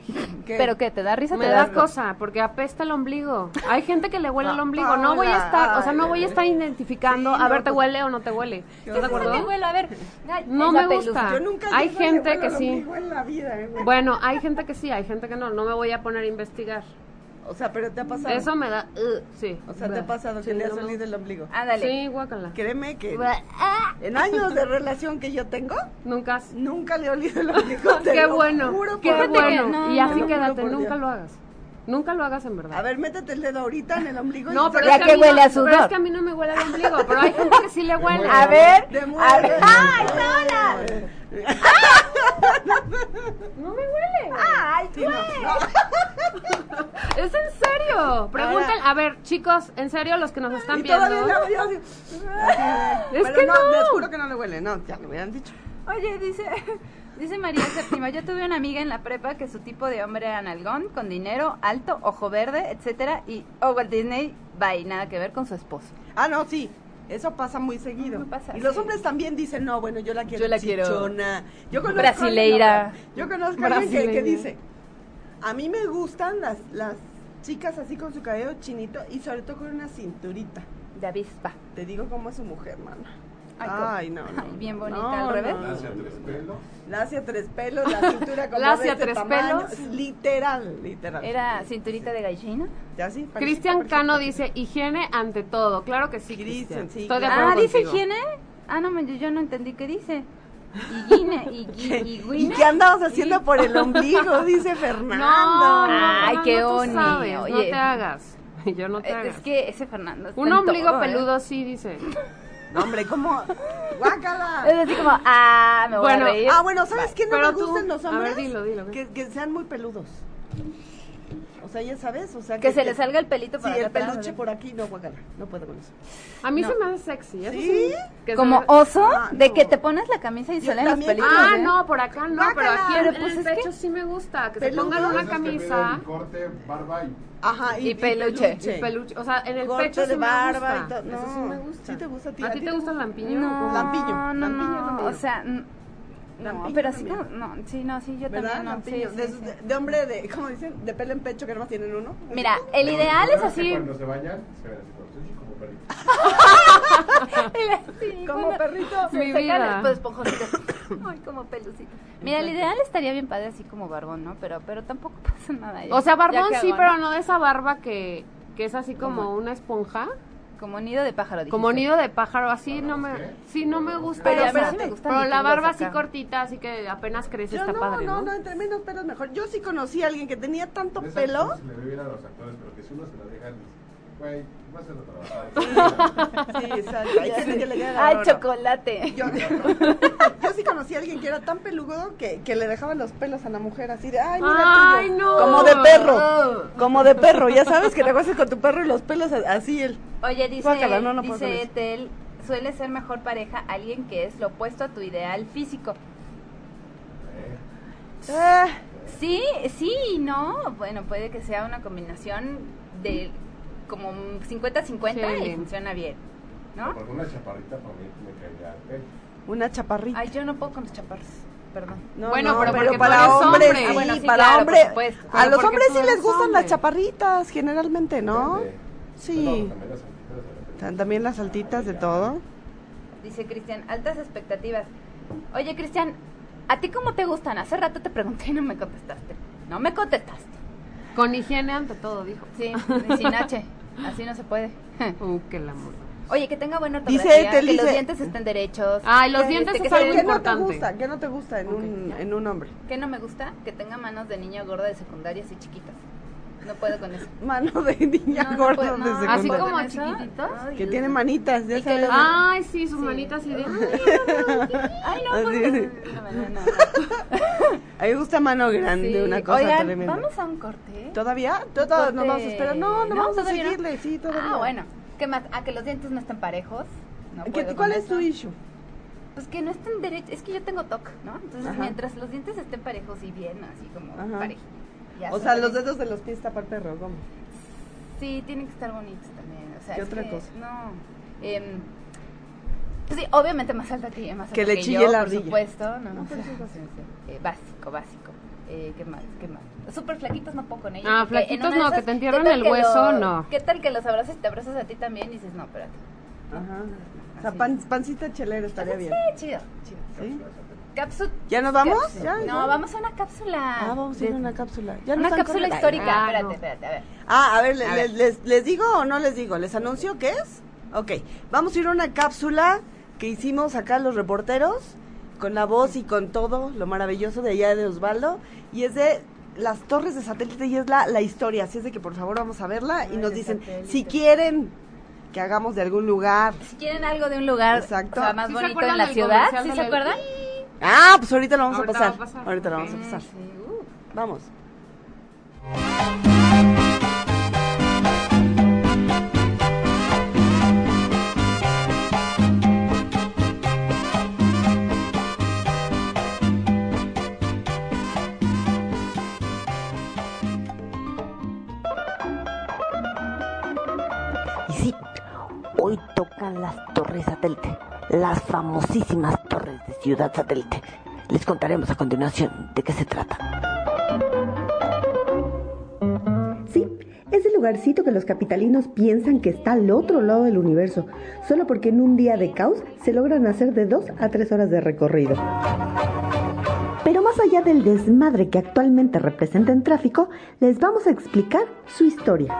F: ¿Qué?
G: ¿Pero qué? ¿Te da risa?
E: Me
G: ¿Te
E: da cosa, porque apesta el ombligo. Hay gente que le huele
F: Ah,
E: el ombligo. No voy a estar, o sea, no voy a estar identificando
F: Sí,
E: a
F: no,
E: ver, te
F: pues-
E: huele o no te huele. ¿Estás de acuerdo?
G: Me huelo, a ver. Ay,
E: No
G: esa
E: me gusta.
G: pelusa.
F: Yo nunca
E: Hay
F: llego a
E: gente
F: llevarlo
E: que
F: al
E: sí.
F: ombligo en la vida, eh, güey.
E: Bueno, hay gente que sí, hay gente que no. No me voy a poner a investigar.
F: O sea, pero te ha pasado.
E: Eso me da. uh, sí.
F: O sea, te ha pasado que
E: Sí,
F: le ha
E: no me Ah,
F: salido el ombligo.
G: Ándale.
E: Sí, guácala.
F: Créeme que
G: Ah,
F: en [laughs] años de relación que yo tengo,
E: Nunca. has-
F: nunca le he olido el ombligo.
E: [laughs]
F: te
E: Qué
F: lo
E: bueno.
F: juro
E: Qué
F: por Dios.
E: bueno.
G: no,
E: y
G: no,
E: así
F: no,
E: quédate,
F: por
E: nunca
F: Dios.
E: lo hagas. Nunca lo hagas en verdad.
F: A ver, métete el dedo ahorita en el ombligo.
E: No, pero
G: Ya
E: es
G: que
E: a mí no-
G: huele a
E: pero
G: sudor.
E: es que a mí no me huele el ombligo, pero hay gente que
G: [laughs]
E: sí le huele.
G: A ver.
F: [laughs] De
G: A ver.
E: Ah,
G: ¡Ay,
F: sola!
E: No me huele.
G: ¡Ay, güey!
E: Es en serio. Pregúntale. A ver, chicos, en serio, los que nos están
F: Y todavía
E: viendo.
F: le abrí así.
E: Es
F: Pero
E: que no.
F: no, les juro que no le huele. No, ya lo hubieran dicho.
G: Oye, dice, [laughs] dice María Séptima, yo tuve una amiga en la prepa que su tipo de hombre era nalgón, con dinero, alto, ojo verde, etcétera, y oh, Walt Disney, bye, nada que ver con su esposo.
F: Ah, no, sí. Eso pasa muy seguido.
G: No pasa,
F: y los
G: sí.
F: hombres también dicen, no, bueno, yo la quiero
G: Yo la quiero
F: chichona. Yo conozco
G: brasileira.
F: a alguien- Yo conozco a alguien que, que
E: Brasileña.
F: dice, a mí me gustan las, las chicas así con su cabello chinito y sobre todo con una cinturita.
G: De avispa.
F: Te digo cómo es su mujer, mana.
G: Ay,
F: Ay,
G: cómo-
F: no, no.
G: Ay, bien bonita,
F: No,
G: al
F: no,
G: revés.
F: no,
H: Nace a
F: no.
H: tres pelos.
F: La hacia tres pelos,
G: [laughs]
F: la cintura como
E: La
F: de
E: hacia
F: este
E: tres
F: tamaño.
E: pelos.
F: Literal, literal.
G: Era cinturita de gallina.
F: Ya sí, parecía-
E: Cristian
F: parecía-
E: Cano dice higiene ante todo. Claro que sí.
F: Cristian,
E: Cristian,
F: sí,
E: Estoy de
F: claro.
E: acuerdo
G: Ah, dice
E: contigo.
G: higiene. Ah, no, man, yo, yo no entendí qué dice. Higuine,
F: [laughs]
G: higui-
F: ¿Y
G: higuine.
F: qué andabas haciendo por el
E: [laughs]
F: ombligo? Dice
E: No,
F: Fernando.
E: no,
G: Ay,
E: no,
G: qué
E: no, tú
G: oni,
E: sabes, No
G: oye.
E: te hagas. Yo no te
G: Eh,
E: hagas.
G: Es que ese Fernando está
E: Un
G: en
E: ombligo
G: todo, ¿eh?
E: peludo sí dice.
F: No, hombre, ¿cómo?
G: Es
F: ¡Guácala!
G: así como, ah, me voy
E: Bueno,
G: a reír.
F: Ah, bueno, ¿sabes qué no
E: Pero
F: me
E: tú,
F: gustan los
E: a ver,
F: hombres?
E: dilo, dilo, ¿qué?
F: Que, que sean muy peludos. O sea, ya sabes, o sea...
G: que se le salga el pelito
F: Sí,
G: para
F: el
G: atrás,
F: peluche
G: ¿no?
F: por aquí, no, guácala, no puedo con eso.
E: A mí
G: No.
E: se me hace sexy. eso
F: ¿Sí?
E: Que se
G: Como
E: me-
G: oso,
F: Ah,
G: de
F: no.
G: que te pones la camisa y
F: Yo
G: salen los
F: también-
G: pelitos.
E: Ah,
G: ¿eh?
E: no, por acá no, pero
F: Guácala.
E: aquí en,
F: Pero,
E: en
G: pues,
E: el
G: es que-
E: pecho sí me gusta. Que se
F: Peludo.
E: pongan una
H: Esas que
E: camisa
H: piden Corte, barba y
F: Ajá,
G: Y peluche.
E: y peluche. O sea, en el
F: Corte
E: pecho
F: de
E: sí me
F: barba y
E: gusta.
F: todo.
E: Eso sí
F: No,
E: me gusta.
F: sí te gusta a ti,
E: ¿A ti te gusta el lampiño?
G: No,
F: pues Lampiño,
G: no,
F: lampiño
G: no,
F: no me
G: o
F: dio.
G: sea, n- no,
F: Lampiño
G: pero
F: no
G: sí
F: me
G: como, no, sí, no, sí, yo
F: ¿Verdad?
G: también no, sí,
F: Lampiño.
G: sí,
F: de,
G: sí.
F: esos de- de hombre de, ¿cómo dicen? De pelo en pecho que nomás tienen uno.
G: Mira, el ideal es
H: ¿Verdad que
G: así, Ah,
H: Cuando se bañan, se ven así como, sí, como perrito.
G: sí,
F: Como
G: cuando-
F: perrito.
G: se
E: Mi
G: secan
E: vida.
G: después esponjositos. Ay, como pelucito. Mira, el ideal estaría bien padre así como barbón, ¿no? Pero pero tampoco [laughs] pasa nada. ya-
E: O sea,
G: ya
E: barbón
G: que
E: sí,
G: hago,
E: pero
G: ¿no?
E: no de esa barba que, que es así como
G: ¿Cómo?
E: una esponja.
G: Como nido de pájaro,
E: Como
G: dijiste.
E: nido de pájaro, así no me,
H: ¿qué?
E: sí no me gusta.
G: Pero
E: Pero,
G: a mí sí
E: espérate,
G: me gustan
E: pero la
G: bichungos
E: barba
G: acá.
E: así cortita, así que apenas crece,
F: Yo
E: Pues está
F: no,
E: padre,
F: no,
E: ¿no?
F: no, entre menos pelos mejor. Yo sí conocí a alguien que tenía tanto
H: De esas
F: pelo.
H: cosas que Le ve bien a los actores, pero que si uno se la dejan, güey, vas
G: [laughs]
H: a trabajar.
F: Sí, exacto. Hay gente que le queda
G: Ay,
F: raro.
G: chocolate.
F: Yo, yo sí conocí a alguien que era tan peludo que, que le dejaban los pelos a la mujer así de, ay, mira
E: Ay,
F: tuyo".
E: no.
F: Como de perro. Como de perro. Ya sabes que te haces con tu perro y los pelos a- así él.
G: Oye, dice,
F: Guácala, no, no puedo con
G: dice
F: eso.
G: Tel, suele ser mejor pareja alguien que es lo opuesto a tu ideal físico.
F: Ah,
G: Sí, sí, no. Bueno, puede que sea una combinación de como un 50-50
E: Sí.
G: y funciona bien, ¿no?
H: Con una chaparrita para mí me caería. ¿eh?
F: una chaparrita.
G: Ay, yo no puedo con los chaparros, perdón.
F: No,
E: Bueno,
F: no,
E: pero porque tú
F: para
E: eres
F: hombres,
E: hombre.
F: sí,
E: Ah,
G: bueno, sí,
F: para
G: claro, por
F: hombres.
G: supuesto.
F: A
E: Pero
F: los
E: porque
F: hombres
E: tú
F: sí les
E: eres
F: gustan
E: hombre.
F: las chaparritas, generalmente,
G: Ah,
F: ¿no?
H: Depende.
F: Sí.
H: Pero también las altitas de repente.
F: Tan- También las altitas de todo.
G: Dice Cristian, altas expectativas. Oye, Cristian, ¿a ti cómo te gustan? Hace rato te pregunté y no me contestaste. No me contestaste.
E: Con higiene ante todo, dijo.
G: Sí, y sin H. Así no se puede. [laughs]
E: Uh, qué la mole.
G: Oye, que tenga buena
F: Dice
G: ortografía,
F: Ethel,
G: que los
F: dice-
G: dientes estén derechos.
E: Ay, los
G: que- este,
E: dientes
G: que
E: es
G: sea
E: algo
F: ¿Qué
G: bien-
F: no te
E: importante.
F: gusta? ¿Qué no te gusta en, un, en un hombre?
G: ¿Qué no me gusta? Que tenga manos de niña gorda de secundarias y chiquitas. No puedo con eso.
F: Mano de niña
G: No, no
F: gorda
G: puedo,
F: de
G: no,
E: Así
F: secundaria.
E: como
G: con eso.
E: chiquititos.
G: Ay,
F: Que
G: no.
F: tiene manitas, ya
G: Y que
F: sabes.
G: lo- Ah.
E: Ay, sí, sus
G: Sí.
E: manitas así de.
F: [laughs]
G: Ay, no, no, no,
F: Así.
G: no, no, no, no.
F: A mí me gusta mano grande,
G: Sí.
F: una cosa
G: Oigan,
F: tremenda.
G: vamos a un corte.
F: ¿Todavía? Todavía nos
G: Corte.
F: vamos a esperar. No, no,
G: No,
F: vamos a
G: todavía no.
F: seguirle, sí, todavía.
G: Ah, bueno. ¿Qué más? ¿A que los dientes no estén parejos? No
F: ¿Qué-
G: puedo
F: ¿Cuál
G: con
F: es tu
G: eso.
F: issue?
G: Pues que no estén derechos, es que yo tengo TOC, ¿no? Entonces,
F: Ajá.
G: mientras los dientes estén parejos y bien, así como
F: Ajá.
G: parejillos. ya
F: O
G: son
F: sea, los
G: derechos.
F: dedos de los pies tapar perro, ¿cómo?
G: Sí, tienen que estar bonitos también. O sea,
F: ¿Qué
G: es
F: otra
G: que-
F: cosa?
G: No. em, pues sí, obviamente más alta que más
F: Que
G: alta
F: le chille
G: yo,
F: la
G: por
F: ardilla.
G: supuesto, ¿no?
F: No,
G: [laughs]
F: pero eso es
G: Sí,
F: básico.
G: sí. Eh, básico, básico. Eh, ¿Qué más? ¿Qué más? Súper flaquitos no puedo con ellos.
K: Ah,
G: porque en
K: flaquitos
G: una de
K: no, que
G: esas,
K: te entierran
G: ¿qué tal
K: el
G: que
K: hueso,
G: lo-
K: no.
G: ¿Qué tal que los abrazas y te abrazas a ti también y dices, no, espérate?
F: Ajá. O sea, pan- pancita chelera estaría bien.
G: Ah, Sí, chido, chido.
F: ¿Sí?
G: Cápsula.
F: ¿Ya nos vamos? ¿Ya?
G: No,
F: ¿Ya?
G: vamos a una cápsula.
F: Ah, vamos a ir a
G: de-
F: una cápsula. Ya nos
G: una
F: están
G: cápsula
F: corriendo.
G: histórica.
K: Ah,
G: espérate,
K: no.
G: espérate, a ver.
F: Ah, a ver, le-
G: A
F: le-
G: ver.
F: Les, les digo o no les digo? ¿Les anuncio qué es? Ok, vamos a ir a una cápsula que hicimos acá los reporteros, con la voz y con todo, lo maravilloso de allá de Osvaldo, y es de las torres de satélite y es la, la historia, así es de que por favor vamos a verla y
G: Ay,
F: nos
G: de
F: dicen,
G: satélite.
F: si quieren que hagamos de algún lugar.
G: Si quieren algo de un lugar
F: Exacto.
G: o sea, más
K: ¿Sí se
G: bonito
K: acuerdan
G: en la
K: del
G: ciudad,
K: comercial
G: ¿sí
K: de
G: se
K: la-
G: acuerdan?
F: Ah, pues ahorita lo vamos
K: Ahorita
F: a
K: va a
F: pasar.
K: pasar,
F: Ahorita lo vamos a
K: ok.
F: pasar.
G: Sí, uh.
F: Vamos.
L: Y sí, hoy tocan las torres satélite, las famosísimas torres de Ciudad Satélite. Les contaremos a continuación de qué se trata.
I: Sí, es el lugarcito que los capitalinos piensan que está al otro lado del universo, solo porque en un día de caos se logran hacer de dos a tres horas de recorrido. Pero más allá del desmadre que actualmente representa en tráfico, les vamos a explicar su historia.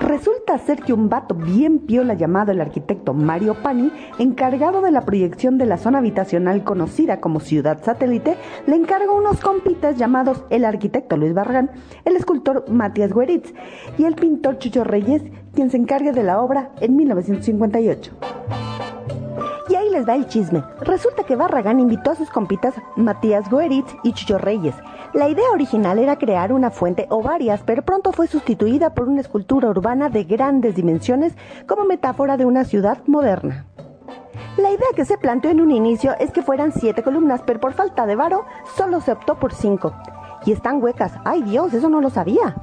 I: Resulta ser que un vato bien piola llamado el arquitecto Mario Pani, encargado de la proyección de la zona habitacional conocida como Ciudad Satélite, le encargó unos compitas llamados el arquitecto Luis Barragán, el escultor Matías Gueritz y el pintor Chucho Reyes, quien se encarga de la obra en 1958.
L: Y ahí les va el chisme. Resulta que Barragán invitó a sus compitas Matías Goeritz y Chucho Reyes. La idea original era crear una fuente o varias, pero pronto fue sustituida por una escultura urbana de grandes dimensiones como metáfora de una ciudad moderna. La idea que se planteó en un inicio es que fueran siete columnas, pero por falta de varo solo se optó por cinco. Y están huecas. ¡Ay Dios, eso no lo sabía!
J: ¡Mira,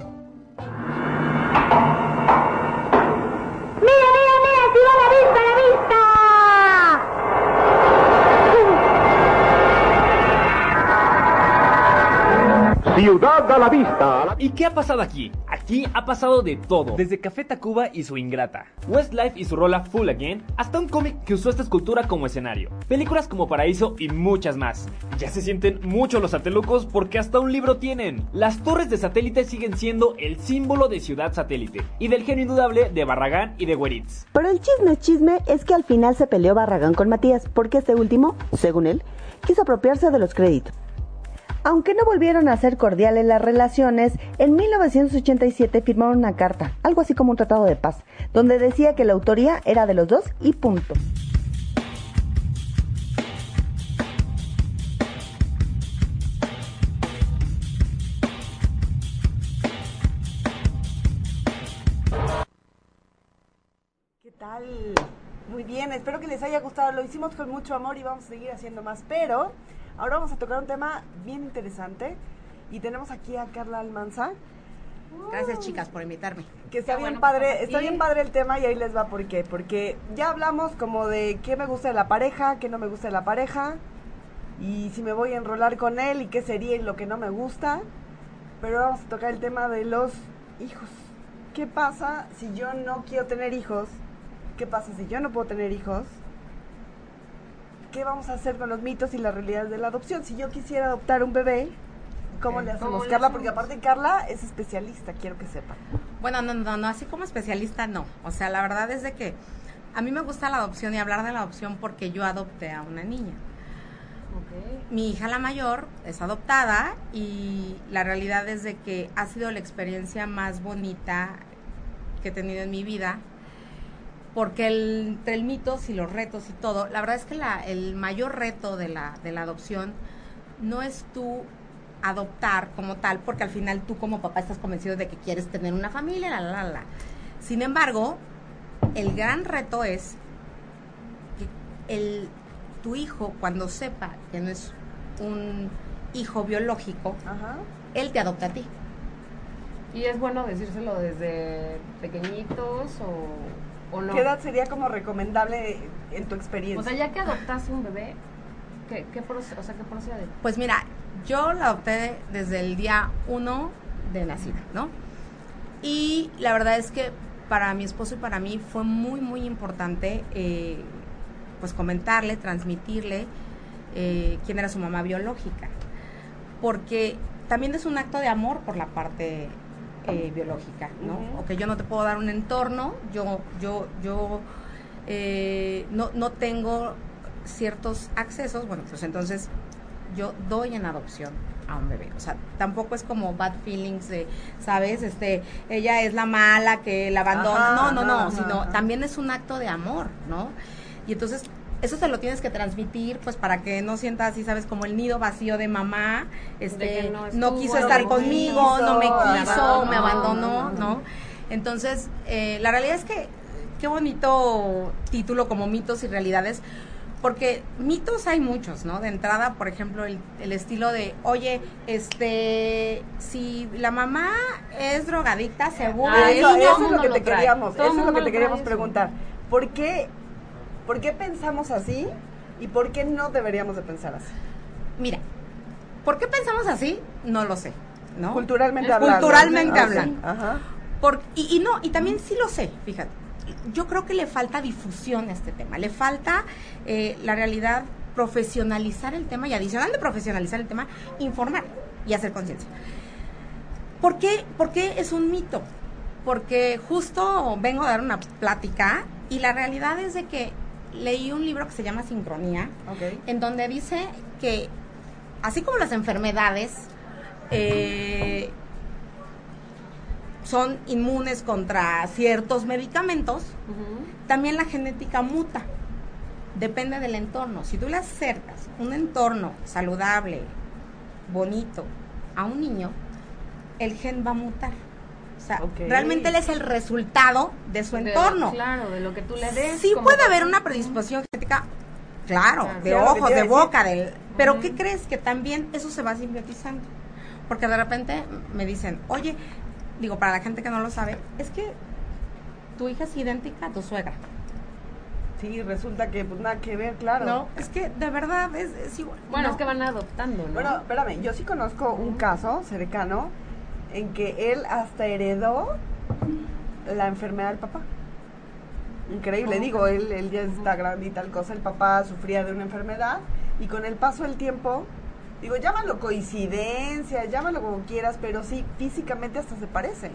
J: mira, mira! ¡Tira la vista, la vista!
M: Ciudad a la vista.
H: ¿Y qué ha pasado aquí? Aquí ha pasado de todo, desde Café Tacuba y su ingrata, Westlife y su rola Full Again, hasta un cómic que usó esta escultura como escenario, películas como Paraíso y muchas más. Ya se sienten mucho los satelucos porque hasta un libro tienen. Las torres de satélite siguen siendo el símbolo de Ciudad Satélite y del genio indudable de Barragán y de Gueritz.
L: Pero el chisme chisme es que al final se peleó Barragán con Matías porque este último, según él, quiso apropiarse de los créditos.
I: Aunque no volvieron a ser cordiales las relaciones, en 1987 firmaron una carta, algo así como un tratado de paz, donde decía que la autoría era de los dos y punto.
F: ¿Qué tal? Muy bien, espero que les haya gustado. Lo hicimos con mucho amor y vamos a seguir haciendo más, pero ahora vamos a tocar un tema bien interesante y tenemos aquí a Carla Almanza,
E: Gracias, chicas, por invitarme.
F: que está
E: Qué
F: bien
E: bueno que
F: padre,
E: estás
F: está
E: aquí.
F: bien padre el tema y ahí les va por qué, porque ya hablamos como de qué me gusta de la pareja, qué no me gusta de la pareja y si me voy a enrolar con él y qué sería y lo que no me gusta, pero ahora vamos a tocar el tema de los hijos. ¿Qué pasa si yo no quiero tener hijos? ¿Qué pasa si yo no puedo tener hijos? ¿Qué vamos a hacer con los mitos y las realidades de la adopción? Si yo quisiera adoptar un bebé, ¿cómo
E: Ok,
F: le hacemos?
E: ¿cómo le
F: Carla,
E: hacemos?
F: porque aparte Carla es especialista, quiero que sepa.
E: Bueno, no, no, no, así como especialista, no. O sea, la verdad es de que a mí me gusta la adopción y hablar de la adopción porque yo adopté a una niña. Mi hija la mayor es adoptada y la realidad es de que ha sido la experiencia más bonita que he tenido en mi vida. Porque el- entre el mitos y los retos y todo, la verdad es que la- el mayor reto de la, de la adopción no es tú adoptar como tal, porque al final tú como papá estás convencido de que quieres tener una familia, la, la, la, la. Sin embargo, el gran reto es que el
G: tu hijo, cuando sepa que no es un hijo biológico, él te adopta a ti.
E: ¿Y es bueno decírselo desde pequeñitos o, o no?
F: ¿Qué edad sería como recomendable en tu experiencia?
E: O sea, ya que adoptas un bebé, ¿qué, qué proce- o sea, ¿qué procede?
G: Pues mira, yo la adopté desde el día 1 de nacida, ¿no? Y la verdad es que para mi esposo y para mí fue muy, muy importante eh, pues comentarle, transmitirle eh, quién era su mamá biológica. Porque también es un acto de amor por la parte eh, biológica, ¿no?
F: Ujú.
G: O que yo no te puedo dar un entorno, yo, yo, yo eh, no, no tengo ciertos accesos, bueno, pues entonces yo doy en adopción a un bebé. O sea, tampoco es como bad feelings de, ¿sabes? Este, ella es la mala que la abandona.
F: Ajá,
G: no, no, no,
F: ajá,
G: sino
F: ajá.
G: también es un acto de amor, ¿no? Y entonces eso se lo tienes que transmitir pues para que no sientas así, ¿sabes? Como el nido vacío de mamá, este,
F: que no
G: no,
F: estuvo,
G: quiso
F: no
G: estar
F: me
G: conmigo,
F: quiso,
G: no me
F: me
G: quiso, me
F: abandonó,
G: abandonó, ¿no? Entonces, eh, la realidad es que qué bonito título como mitos y realidades, porque mitos hay muchos, ¿no? De entrada, por ejemplo, el, el estilo de, oye, este, si la mamá es drogadicadicta, seguro.
F: Ah,
G: es
F: eso,
G: un
F: eso es
G: mundo
F: lo que te
G: trae.
F: queríamos,
G: Todo
F: eso es lo
G: mundo
F: que te
G: trae
F: queríamos
G: eso.
F: preguntar. ¿Por qué, ¿Por qué pensamos así y por qué no deberíamos de pensar así?
G: Mira, ¿por qué pensamos así? No lo sé, ¿no?
F: Culturalmente hablando.
G: Culturalmente
F: Ah,
G: hablando.
F: sí. Ajá.
G: Por- y, y no, y también sí lo sé, fíjate. Yo creo que le falta difusión a este tema, le falta eh, la realidad profesionalizar el tema y adicional de profesionalizar el tema, informar y hacer conciencia. ¿Por qué, por qué es un mito? Porque justo vengo a dar una plática y la realidad es de que leí un libro que se llama Sincronía, en donde dice que así como las enfermedades eh, son inmunes contra ciertos medicamentos, también la genética muta. Depende del entorno. Si tú le acercas un entorno saludable, bonito, a un niño, el gen va a mutar. O sea, realmente él es el resultado de su
E: De-
G: entorno.
E: claro, de lo que tú le des.
G: Sí
E: como-
G: puede haber una predisposición genética, claro,
E: Claro.
G: de
E: Sí, era lo que
G: ojos,
E: te
G: de
E: iba a
G: boca, del, pero ¿qué crees? Que también eso se va simbiotizando. Porque de repente me dicen, oye, digo, para la gente que no lo sabe, es que tu hija es idéntica a tu suegra.
F: Sí, resulta que pues nada que ver, claro.
G: No, es que de verdad es, igual.
E: Bueno,
F: No.
E: es que van adoptando, ¿no?
F: Bueno, espérame, yo sí conozco un caso cercano en que él hasta heredó la enfermedad del papá. Increíble,
E: Ujú.
F: digo, él, él ya está grande y tal cosa, el papá sufría de una enfermedad y con el paso del tiempo, digo, llámalo coincidencia, llámalo como quieras, pero sí, físicamente hasta se parece.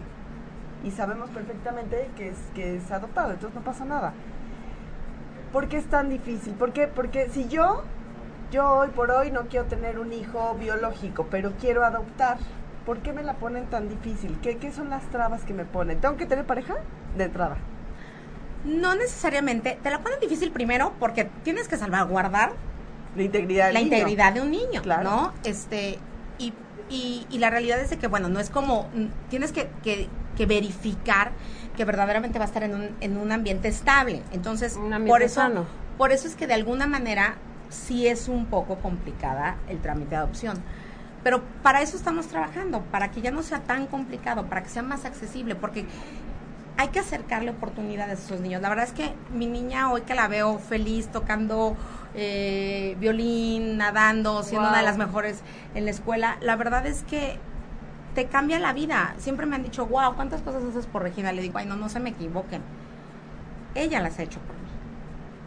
F: Y sabemos perfectamente que es, que es adoptado, entonces no pasa nada. ¿Por qué es tan difícil? ¿Por qué? Porque si yo yo hoy por hoy no quiero tener un hijo biológico, pero quiero adoptar. ¿Por qué me la ponen tan difícil? ¿Qué, qué son las trabas que me ponen? ¿Tengo que tener pareja? De entrada.
G: No necesariamente, te la ponen difícil primero porque tienes que salvaguardar
F: La integridad del
G: la
F: niño.
G: integridad de un niño,
F: Claro.
G: ¿no? Este, y, y- y la realidad es de que, bueno, no es como, mm, tienes que, que- que verificar que verdaderamente va a estar en un, en un ambiente estable. Entonces,
E: ambiente
G: por eso,
E: sano.
G: por eso es que de alguna manera sí es un poco complicada el trámite de adopción. Pero para eso estamos trabajando, para que ya no sea tan complicado, para que sea más accesible, porque hay que acercarle oportunidades a esos niños. La verdad es que mi niña hoy que la veo feliz tocando eh, violín, nadando, siendo
F: Wow.
G: una de las mejores en la escuela, la verdad es que te cambia la vida. Siempre me han dicho, wow, ¿cuántas cosas haces por Regina? Le digo, ay, no, no se me equivoquen. Ella las ha hecho por mí.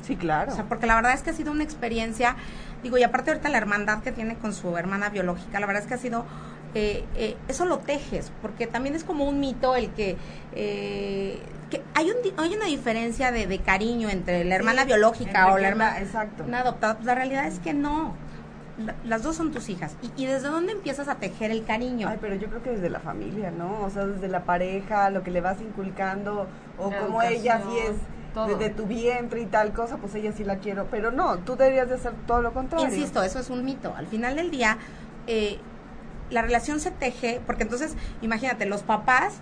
F: Sí, claro.
G: O sea, porque la verdad es que ha sido una experiencia, digo, y aparte ahorita la hermandad que tiene con su hermana biológica, la verdad es que ha sido, eh, eh, eso lo tejes, porque también es como un mito el que, eh, que hay, un, di- hay una diferencia de, de cariño entre la hermana
F: Sí,
G: biológica
F: entre
G: o la
F: que
G: hermana
F: la- exacto.
G: una adoptada. Pues, La realidad es que no. La- Las dos son tus hijas. ¿Y, y desde dónde empiezas a tejer el cariño?
F: Ay, pero yo creo que desde la familia, ¿no? O sea, desde la pareja, lo que le vas inculcando, o
E: La
F: como ella sí
E: educación, todo.
F: es desde tu vientre y tal cosa, pues ella sí la quiero. Pero no, tú deberías de hacer todo lo contrario.
G: Insisto, eso es un mito. Al final del día, eh, la relación se teje, porque entonces, imagínate, los papás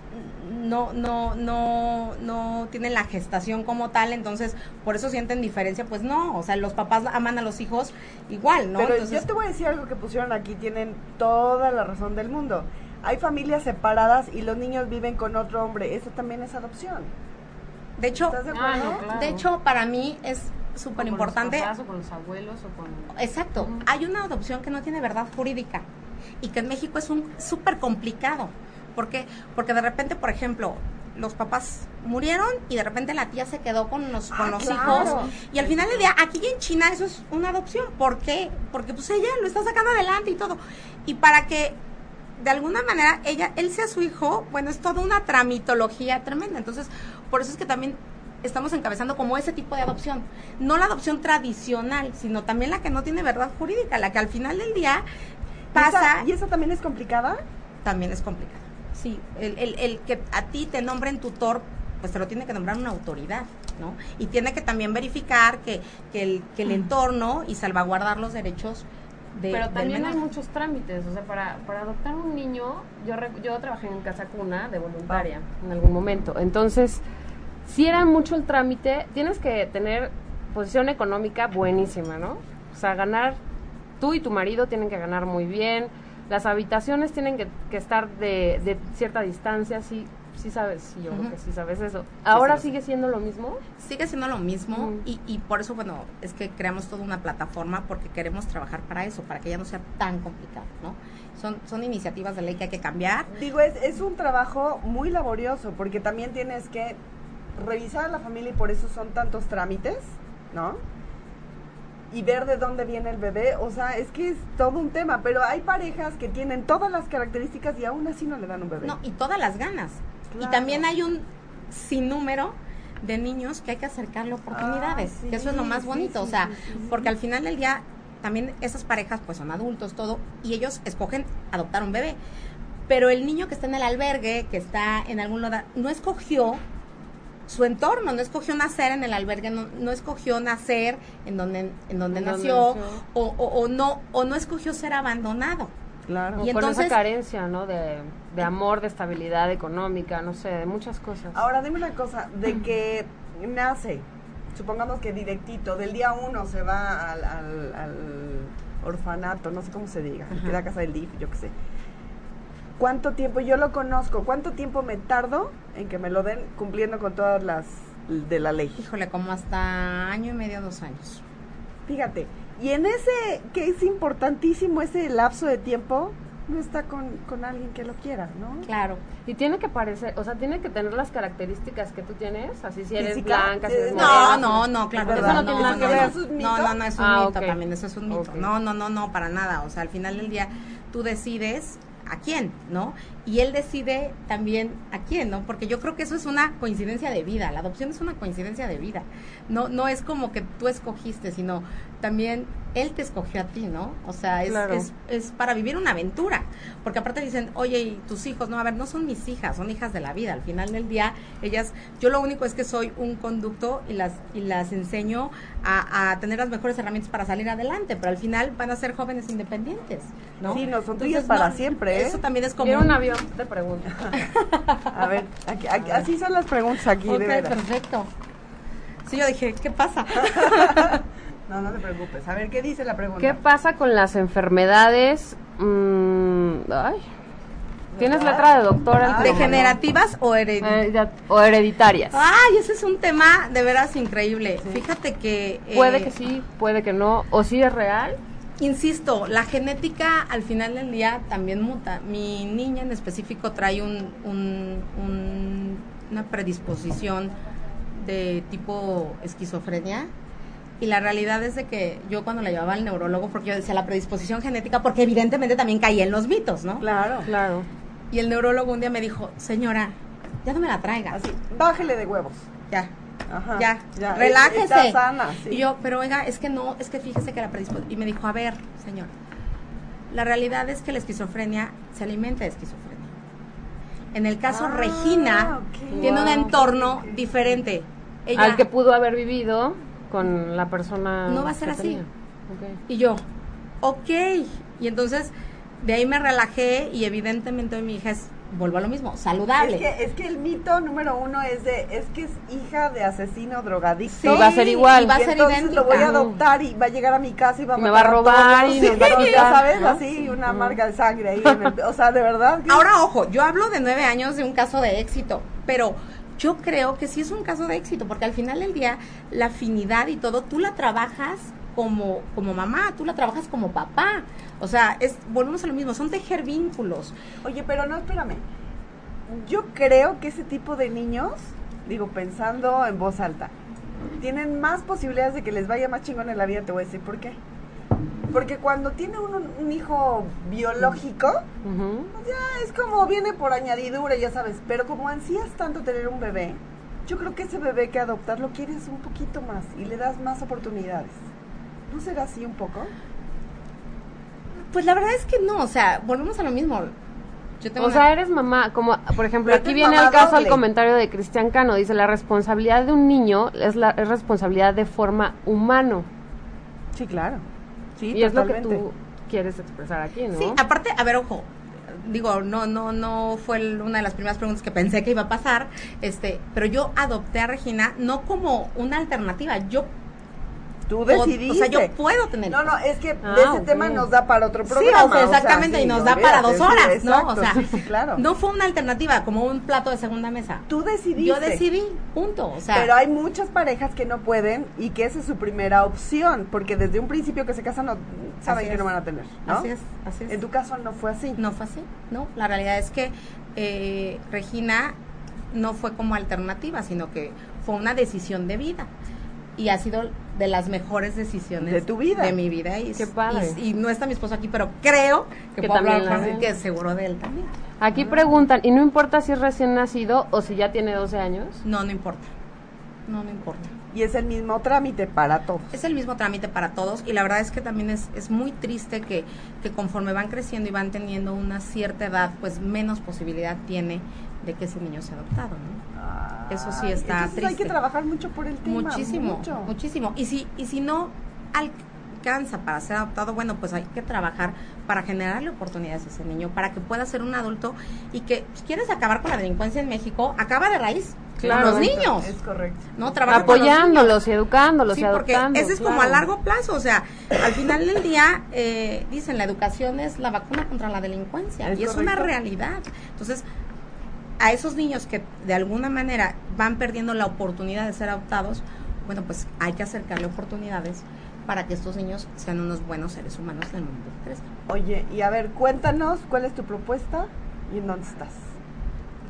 G: mm, no, no, no, no tienen la gestación como tal, entonces por eso sienten diferencia, pues no, o sea, los papás aman a los hijos igual, ¿no?
F: Pero
G: entonces,
F: yo te voy a decir algo que pusieron aquí, tienen toda la razón del mundo. Hay familias separadas y los niños viven con otro hombre, eso también es adopción.
G: de hecho,
F: ¿Estás de acuerdo? Ah, no, claro.
G: de hecho, para mí es súper importante.
E: o con los abuelos o con...
G: Exacto. Hay una adopción que no tiene verdad jurídica y que en México es un súper complicado. ¿Por qué? Porque de repente, por ejemplo, los papás murieron y de repente la tía se quedó con los, con
F: Ah,
G: los
F: claro.
G: hijos. Y al final del día, aquí en China eso es una adopción. ¿Por qué? Porque pues ella lo está sacando adelante y todo. Y para que de alguna manera ella, él sea su hijo, bueno, es toda una tramitología tremenda. Entonces, por eso es que también estamos encabezando como ese tipo de adopción. No la adopción tradicional, sino también la que no tiene verdad jurídica, la que al final del día pasa. ¿Y
F: esa también es complicada?
G: También es complicada. Sí, el, el- el que a ti te nombren tutor, pues te lo tiene que nombrar una autoridad, ¿no? Y tiene que también verificar que, que el, que el entorno y salvaguardar los derechos de,
E: Pero
G: del
E: también hay
G: menor.
E: muchos trámites, o sea, para, para adoptar un niño, yo, re- yo trabajé en casa cuna de voluntaria en algún momento, entonces, si era mucho el trámite, tienes que tener posición económica buenísima, ¿no? O sea, ganar, tú y tu marido tienen que ganar muy bien, las habitaciones tienen que, que estar de, de cierta distancia, sí, sí sabes, sí, yo creo
G: Ujú.
E: que sí sabes eso.
G: sí
E: Ahora
G: lo sé.
E: sigue siendo lo mismo.
G: Sigue siendo lo mismo y, y por eso, bueno, es que creamos toda una plataforma porque queremos trabajar para eso, para que ya no sea tan complicado, ¿no? Son, son iniciativas de ley que hay que cambiar.
F: Digo, es, es un trabajo muy laborioso porque también tienes que revisar a la familia y por eso son tantos trámites, ¿no? Y ver de dónde viene el bebé, o sea, es que es todo un tema, pero hay parejas que tienen todas las características y aún así no le dan un bebé.
G: No, y todas las ganas. Y
F: Claro.
G: también hay un sinnúmero de niños que hay que acercarle oportunidades,
F: Ah,
G: que eso es lo
F: sí,
G: más
F: sí,
G: bonito, o
F: sí,
G: sea,
F: sí, sí, sí.
G: porque al final del día también esas parejas pues son adultos, todo, y ellos escogen adoptar un bebé. Pero el niño que está en el albergue, que está en algún lugar, no escogió su entorno, no escogió nacer en el albergue, no, no escogió nacer en donde, en donde
E: En donde
G: nació,
E: nació.
G: O, o- o no, o no escogió ser abandonado.
F: Claro.
E: Y con esa carencia, ¿no? De, de amor, de estabilidad económica, no sé, de muchas cosas.
F: Ahora, dime una cosa, de que nace, supongamos que directito, del día uno se va al, al- al orfanato, no sé cómo se diga, que la casa del DIF, yo qué sé. ¿Cuánto tiempo, yo lo conozco, cuánto tiempo me tardo en que me lo den cumpliendo con todas las de la ley?
G: Híjole, como hasta año y medio, dos años.
F: Fíjate, y en ese, que es importantísimo ese lapso de tiempo, no está con, con alguien que lo quiera, ¿no?
G: Claro.
E: Y tiene que parecer, o sea, tiene que tener las características que tú tienes, así si eres
G: Física,
E: blanca, si
G: sí,
E: eres
G: no,
E: morena,
G: no,
E: si-
G: no, claro.
E: Eso no
G: no,
E: tiene nada que
G: no,
E: ver.
G: no. No, no, no, es un
E: Ah,
G: mito
E: ok.
G: también, eso es un mito. No, no, no, no, para nada. O sea, al final del día tú decides a quién, ¿no? Y él decide también a quién, ¿no? Porque yo creo que eso es una coincidencia de vida. La adopción es una coincidencia de vida. No, no es como que tú escogiste, sino también él te escogió a ti, ¿no? O sea, es,
E: Claro.
G: es, es para vivir una aventura. Porque aparte dicen, oye, y tus hijos, no, a ver, no son mis hijas, son hijas de la vida. Al final del día, ellas, yo lo único es que soy un conducto y las, y las enseño a, a tener las mejores herramientas para salir adelante. Pero al final van a ser jóvenes independientes, ¿no?
F: Sí, no, son
G: Entonces,
F: tuyas para
G: no,
F: siempre, ¿eh?
G: Eso también es como.
E: Quiero un avión, te
G: [laughs]
E: pregunto.
F: A ver, aquí- aquí- así son las preguntas aquí,
G: Ok,
F: de veras.
G: perfecto. Sí, yo dije, ¿qué
F: [laughs]
G: pasa?
F: No, no te preocupes. A ver, ¿qué dice la pregunta?
E: ¿Qué pasa con las enfermedades? Mm, ay. ¿Tienes
G: ¿Verdad? Ah,
E: letra de
F: Ah,
E: doctora? el
G: ¿Degenerativas o
E: Eh, O hereditarias.
G: Ay, ese es un tema de veras increíble. Fíjate que... eh,
E: Puede que sí, puede que no, o sí es real.
G: Insisto, la genética al final del día también muta. Mi niña en específico trae un, un- un- una predisposición de tipo esquizofrenia. Y la realidad es de que yo cuando la llevaba al neurólogo, porque yo decía la predisposición genética, porque evidentemente también caía en los mitos, ¿no?
F: Claro.
E: Claro.
G: Y el neurólogo un día me dijo, señora, ya no me la traiga. Así,
F: bájele de huevos.
G: Ya.
F: Ajá.
G: ya,
F: Ah, Ya,
G: relájese.
F: está sana, sí.
G: Y yo, pero oiga, es que no, es que fíjese que la predisposición. Y me dijo, a ver, señor, la realidad es que la esquizofrenia se alimenta de esquizofrenia. En el caso
E: Ah,
G: Regina,
E: ok.
G: tiene un
E: Wow.
G: entorno diferente. Ella,
E: Al que pudo haber vivido con la persona.
G: No va a ser
E: que
G: así.
E: tenía. Ok.
G: Y yo, ok. Y entonces, de ahí me relajé y evidentemente hoy mi hija es vuelvo a lo mismo, saludable.
F: Es que, es que el mito número uno es de, es que es hija de asesino drogadicto.
N: Sí, Y va a ser igual.
F: Y va a ser
N: Entonces,
F: idéntica. lo voy a adoptar y va a llegar a mi casa y va a
N: Y me va a
F: matar
N: robar
F: todos.
N: y nos va a
F: Sí,
N: quitar,
F: ya ¿sabes?
N: ¿no?
F: Así, una marca de sangre ahí. en el- o sea,
N: [laughs]
F: de verdad. que-
G: Ahora, ojo, yo hablo de nueve años de un caso de éxito, pero yo creo que sí es un caso de éxito, porque al final del día la afinidad y todo, tú la trabajas como, como mamá, tú la trabajas como papá. O sea, es, volvemos a lo mismo, son tejer vínculos.
F: Oye, pero no, espérame. Yo creo que ese tipo de niños, digo, pensando en voz alta, tienen más posibilidades de que les vaya más chingón en la vida. Te voy a decir por qué. Porque cuando tiene uno un hijo biológico, pues ya es como viene por añadidura, ya sabes. Pero como ansías tanto tener un bebé, yo creo que ese bebé que adoptar lo quieres un poquito más y le das más oportunidades. ¿No será así un poco?
G: Pues la verdad es que no, o sea, volvemos a lo mismo. Yo tengo
N: O
G: una-
N: sea, eres mamá, como por ejemplo,
G: Pero
N: aquí
G: eres
N: viene
G: mamá
N: al caso
G: doble.
N: el comentario de Cristian Cano, dice, la responsabilidad de un niño es, la, es responsabilidad de forma humano.
F: Sí, claro. Sí,
N: y es lo que
F: totalmente.
N: tú quieres expresar aquí, ¿no?
G: Sí, aparte, a ver, ojo, digo, no, no, no fue el- una de las primeras preguntas que pensé que iba a pasar, este, pero yo adopté a Regina no como una alternativa, yo
F: Tú
G: o-
F: decidiste.
G: o sea, yo puedo tener.
F: No, no, es que
G: Ah,
F: de ese
G: ok.
F: tema nos da para otro
G: Sí,
F: programa.
G: o sea, exactamente,
F: sí,
G: y nos
F: no,
G: da para
F: olvídate,
G: dos horas,
F: sí,
G: ¿no?
F: exacto,
G: O sea,
F: sí, sí, claro.
G: no fue una alternativa, como un plato de segunda mesa.
F: Tú decidiste.
G: Yo decidí, punto, o sea.
F: Pero hay muchas parejas que no pueden y que esa es su primera opción, porque desde un principio que se casan no saben
G: Así
F: que no
G: es.
F: van a tener, ¿no?
G: Así es, así es.
F: En tu caso no fue así.
G: No fue así, no. La realidad es que eh, Regina no fue como alternativa, sino que fue una decisión de vida. Y ha sido de las mejores decisiones
F: De tu vida.
G: De mi vida. Y,
N: Qué padre.
G: Y, y no está mi esposo aquí, pero creo que,
N: Que
G: puedo hablar
N: también la
G: por él,
N: ve.
G: que seguro de él también.
N: Aquí preguntan, y no importa si es recién nacido o si ya tiene 12 años.
G: No, no importa. No, no importa.
F: Y es el mismo trámite para todos.
G: Es el mismo trámite para todos y la verdad es que también es, es muy triste que, que conforme van creciendo y van teniendo una cierta edad, pues menos posibilidad tiene de que ese niño sea adoptado, ¿no? Eso sí
F: Ay,
G: está
F: entonces
G: triste.
F: hay que trabajar mucho por el tema.
G: muchísimo,
F: mucho.
G: muchísimo. Y si, y si no alcanza para ser adoptado, bueno, pues hay que trabajar para generarle oportunidades a ese niño, para que pueda ser un adulto y que si quieres acabar con la delincuencia en México, acaba de raíz.
N: Claro.
G: Los niños.
F: Es correcto.
G: No, trabaja con los
N: Apoyándolos y educándolos
G: Sí,
N: y
G: porque
N: adoptando.
G: ese es como a
N: claro.
G: largo plazo, o sea, al final del día eh, dicen la educación es la vacuna contra la delincuencia
F: Es
G: y es una
F: correcto.
G: realidad. Entonces, a esos niños que de alguna manera van perdiendo la oportunidad de ser adoptados, bueno, pues hay que acercarle oportunidades para que estos niños sean unos buenos seres humanos en el mundo que crezcan.
F: Oye, y a ver, cuéntanos cuál es tu propuesta y en dónde estás.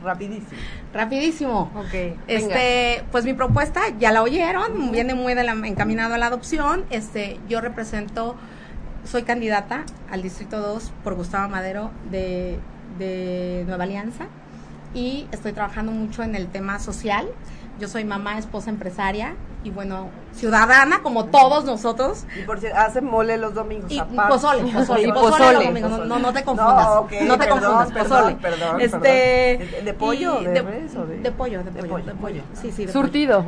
F: Rapidísimo.
G: Rapidísimo.
N: Ok.
G: Este, pues mi propuesta, ya la oyeron, viene muy de la- encaminado a la adopción. Este, yo represento, soy candidata al Distrito 2 por Gustavo Madero de, de Nueva Alianza y estoy trabajando mucho en el tema social. Yo soy mamá, esposa, empresaria y bueno, ciudadana como todos nosotros.
F: Y por cierto, hacen mole los domingos.
G: Y
F: aparte.
G: pozole,
F: [laughs]
G: pozole,
F: Y
G: pozole los domingos,
F: pozole.
G: no- no- no te confundas,
F: No, ok,
G: no te
F: perdón,
G: confundas,
F: perdón,
G: pozole.
F: perdón,
G: Este,
F: perdón. ¿De- ¿De pollo?
G: y
F: ¿De,
G: de-
F: res o de,
G: de pollo, de pollo, de pollo.
F: [laughs]
G: Sí, sí, de pollo.
N: Surtido.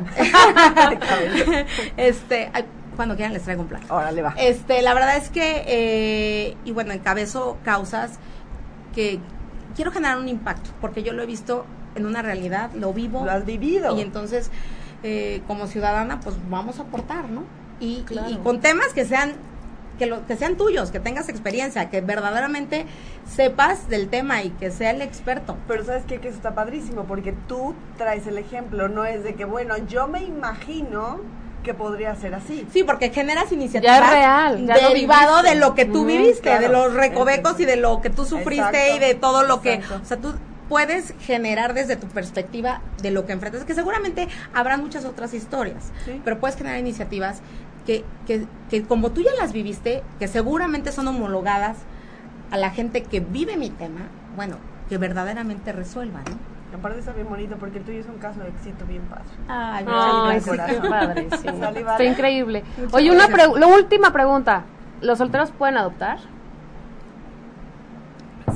G: [laughs] este, ay, cuando quieran les traigo un plan.
F: pues, Órale, va.
G: Este, la verdad es que, eh, y bueno, encabezo causas que quiero generar un impacto, porque yo lo he visto en una realidad, lo vivo.
F: Lo has vivido.
G: Y entonces, eh, como ciudadana, pues vamos a aportar, ¿no? Y, y-
F: Claro.
G: y con temas que sean que, lo, que sean tuyos, que tengas experiencia, que verdaderamente sepas del tema y que sea el experto.
F: Pero sabes qué? que eso está padrísimo, porque tú traes el ejemplo, no es de que, bueno, yo me imagino que podría ser así.
G: Sí, porque generas iniciativas
F: Ya es real, ya lo
G: derivado
F: viviste.
G: de lo que tú
F: Ujú,
G: viviste,
F: claro.
G: de los recovecos y de lo que tú sufriste
F: Exacto,
G: y de todo lo que,
F: exacto.
G: o sea, tú puedes generar desde tu perspectiva de lo que enfrentas, que seguramente habrán muchas otras historias,
F: Sí.
G: pero puedes generar iniciativas que, que, que como tú ya las viviste, que seguramente son homologadas a la gente que vive mi tema, bueno, que verdaderamente resuelva, ¿no?
F: Y Aparte está bien bonito, porque el tuyo es un caso de éxito bien padre.
G: Ay,
N: Ay, sí,
F: Saliva al
N: qué
F: corazón.
N: padre, sí.
F: Saliva
N: Está
F: al-
N: increíble.
F: Muchas
N: Oye, una
F: gracias.
N: pregu- la última pregunta. ¿Los solteros pueden adoptar?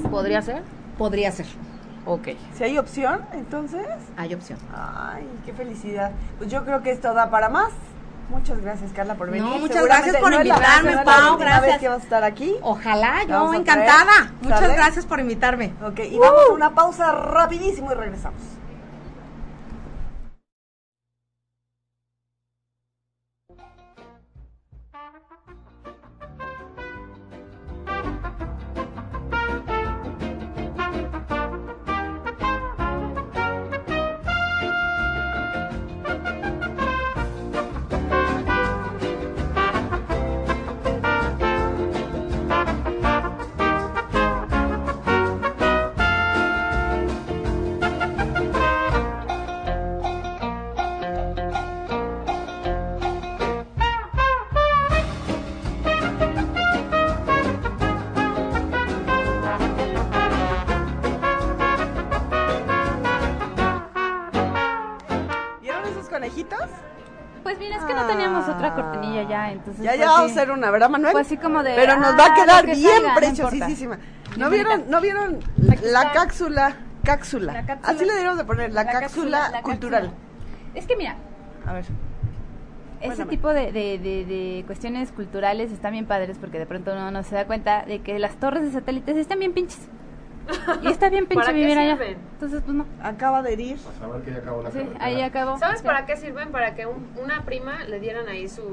N: ¿Podría ser?
G: Podría ser.
N: Ok.
F: Si hay opción, entonces.
G: Hay opción.
F: Ay, qué felicidad. Pues yo creo que esto da para más. Muchas gracias, Carla, por venir.
G: No, muchas
F: Seguramente
G: gracias por
F: no es la-
G: invitarme,
F: no es la
G: Pau,
F: última vez
G: gracias.
F: que vas a estar aquí.
G: Ojalá,
F: Te
G: yo
F: vamos a traer,
G: encantada. Muchas
F: ¿sale?
G: gracias por invitarme.
F: Ok,
E: Uh.
F: y vamos a una pausa rapidísimo y regresamos. ¿Vieron esos conejitos?
E: Pues mira, es que no teníamos otra cortinilla ya, entonces.
F: Ya,
E: fue
F: ya vamos a
E: así.
F: hacer una, ¿verdad, Manuel?
E: Fue así como de.
F: Pero nos
E: ah,
F: va a quedar
E: lo que
F: bien
E: salga, no
F: preciosísima.
E: importa.
F: ¿No vieron, ¿No vieron la cápsula? Cápsula.
E: La cápsula.
F: Así le deberíamos de poner, la,
E: La cápsula,
F: cápsula,
E: la
F: cultural.
E: Es que mira,
F: A ver.
E: Ese
F: Cuéntame.
E: tipo de, de- de- de cuestiones culturales están bien padres porque de pronto uno no se da cuenta de que las torres de satélites están bien pinches. Y
F: [laughs]
E: está bien pinche
J: ¿Para qué
E: vivir allá.
J: sirven?
E: Entonces, pues no.
F: Acaba de herir.
H: A ver que ya acabó la
E: Sí,
H: carretera.
E: ahí acabó.
J: ¿Sabes
E: Sí.
J: para qué sirven? Para que un- una prima le dieran ahí su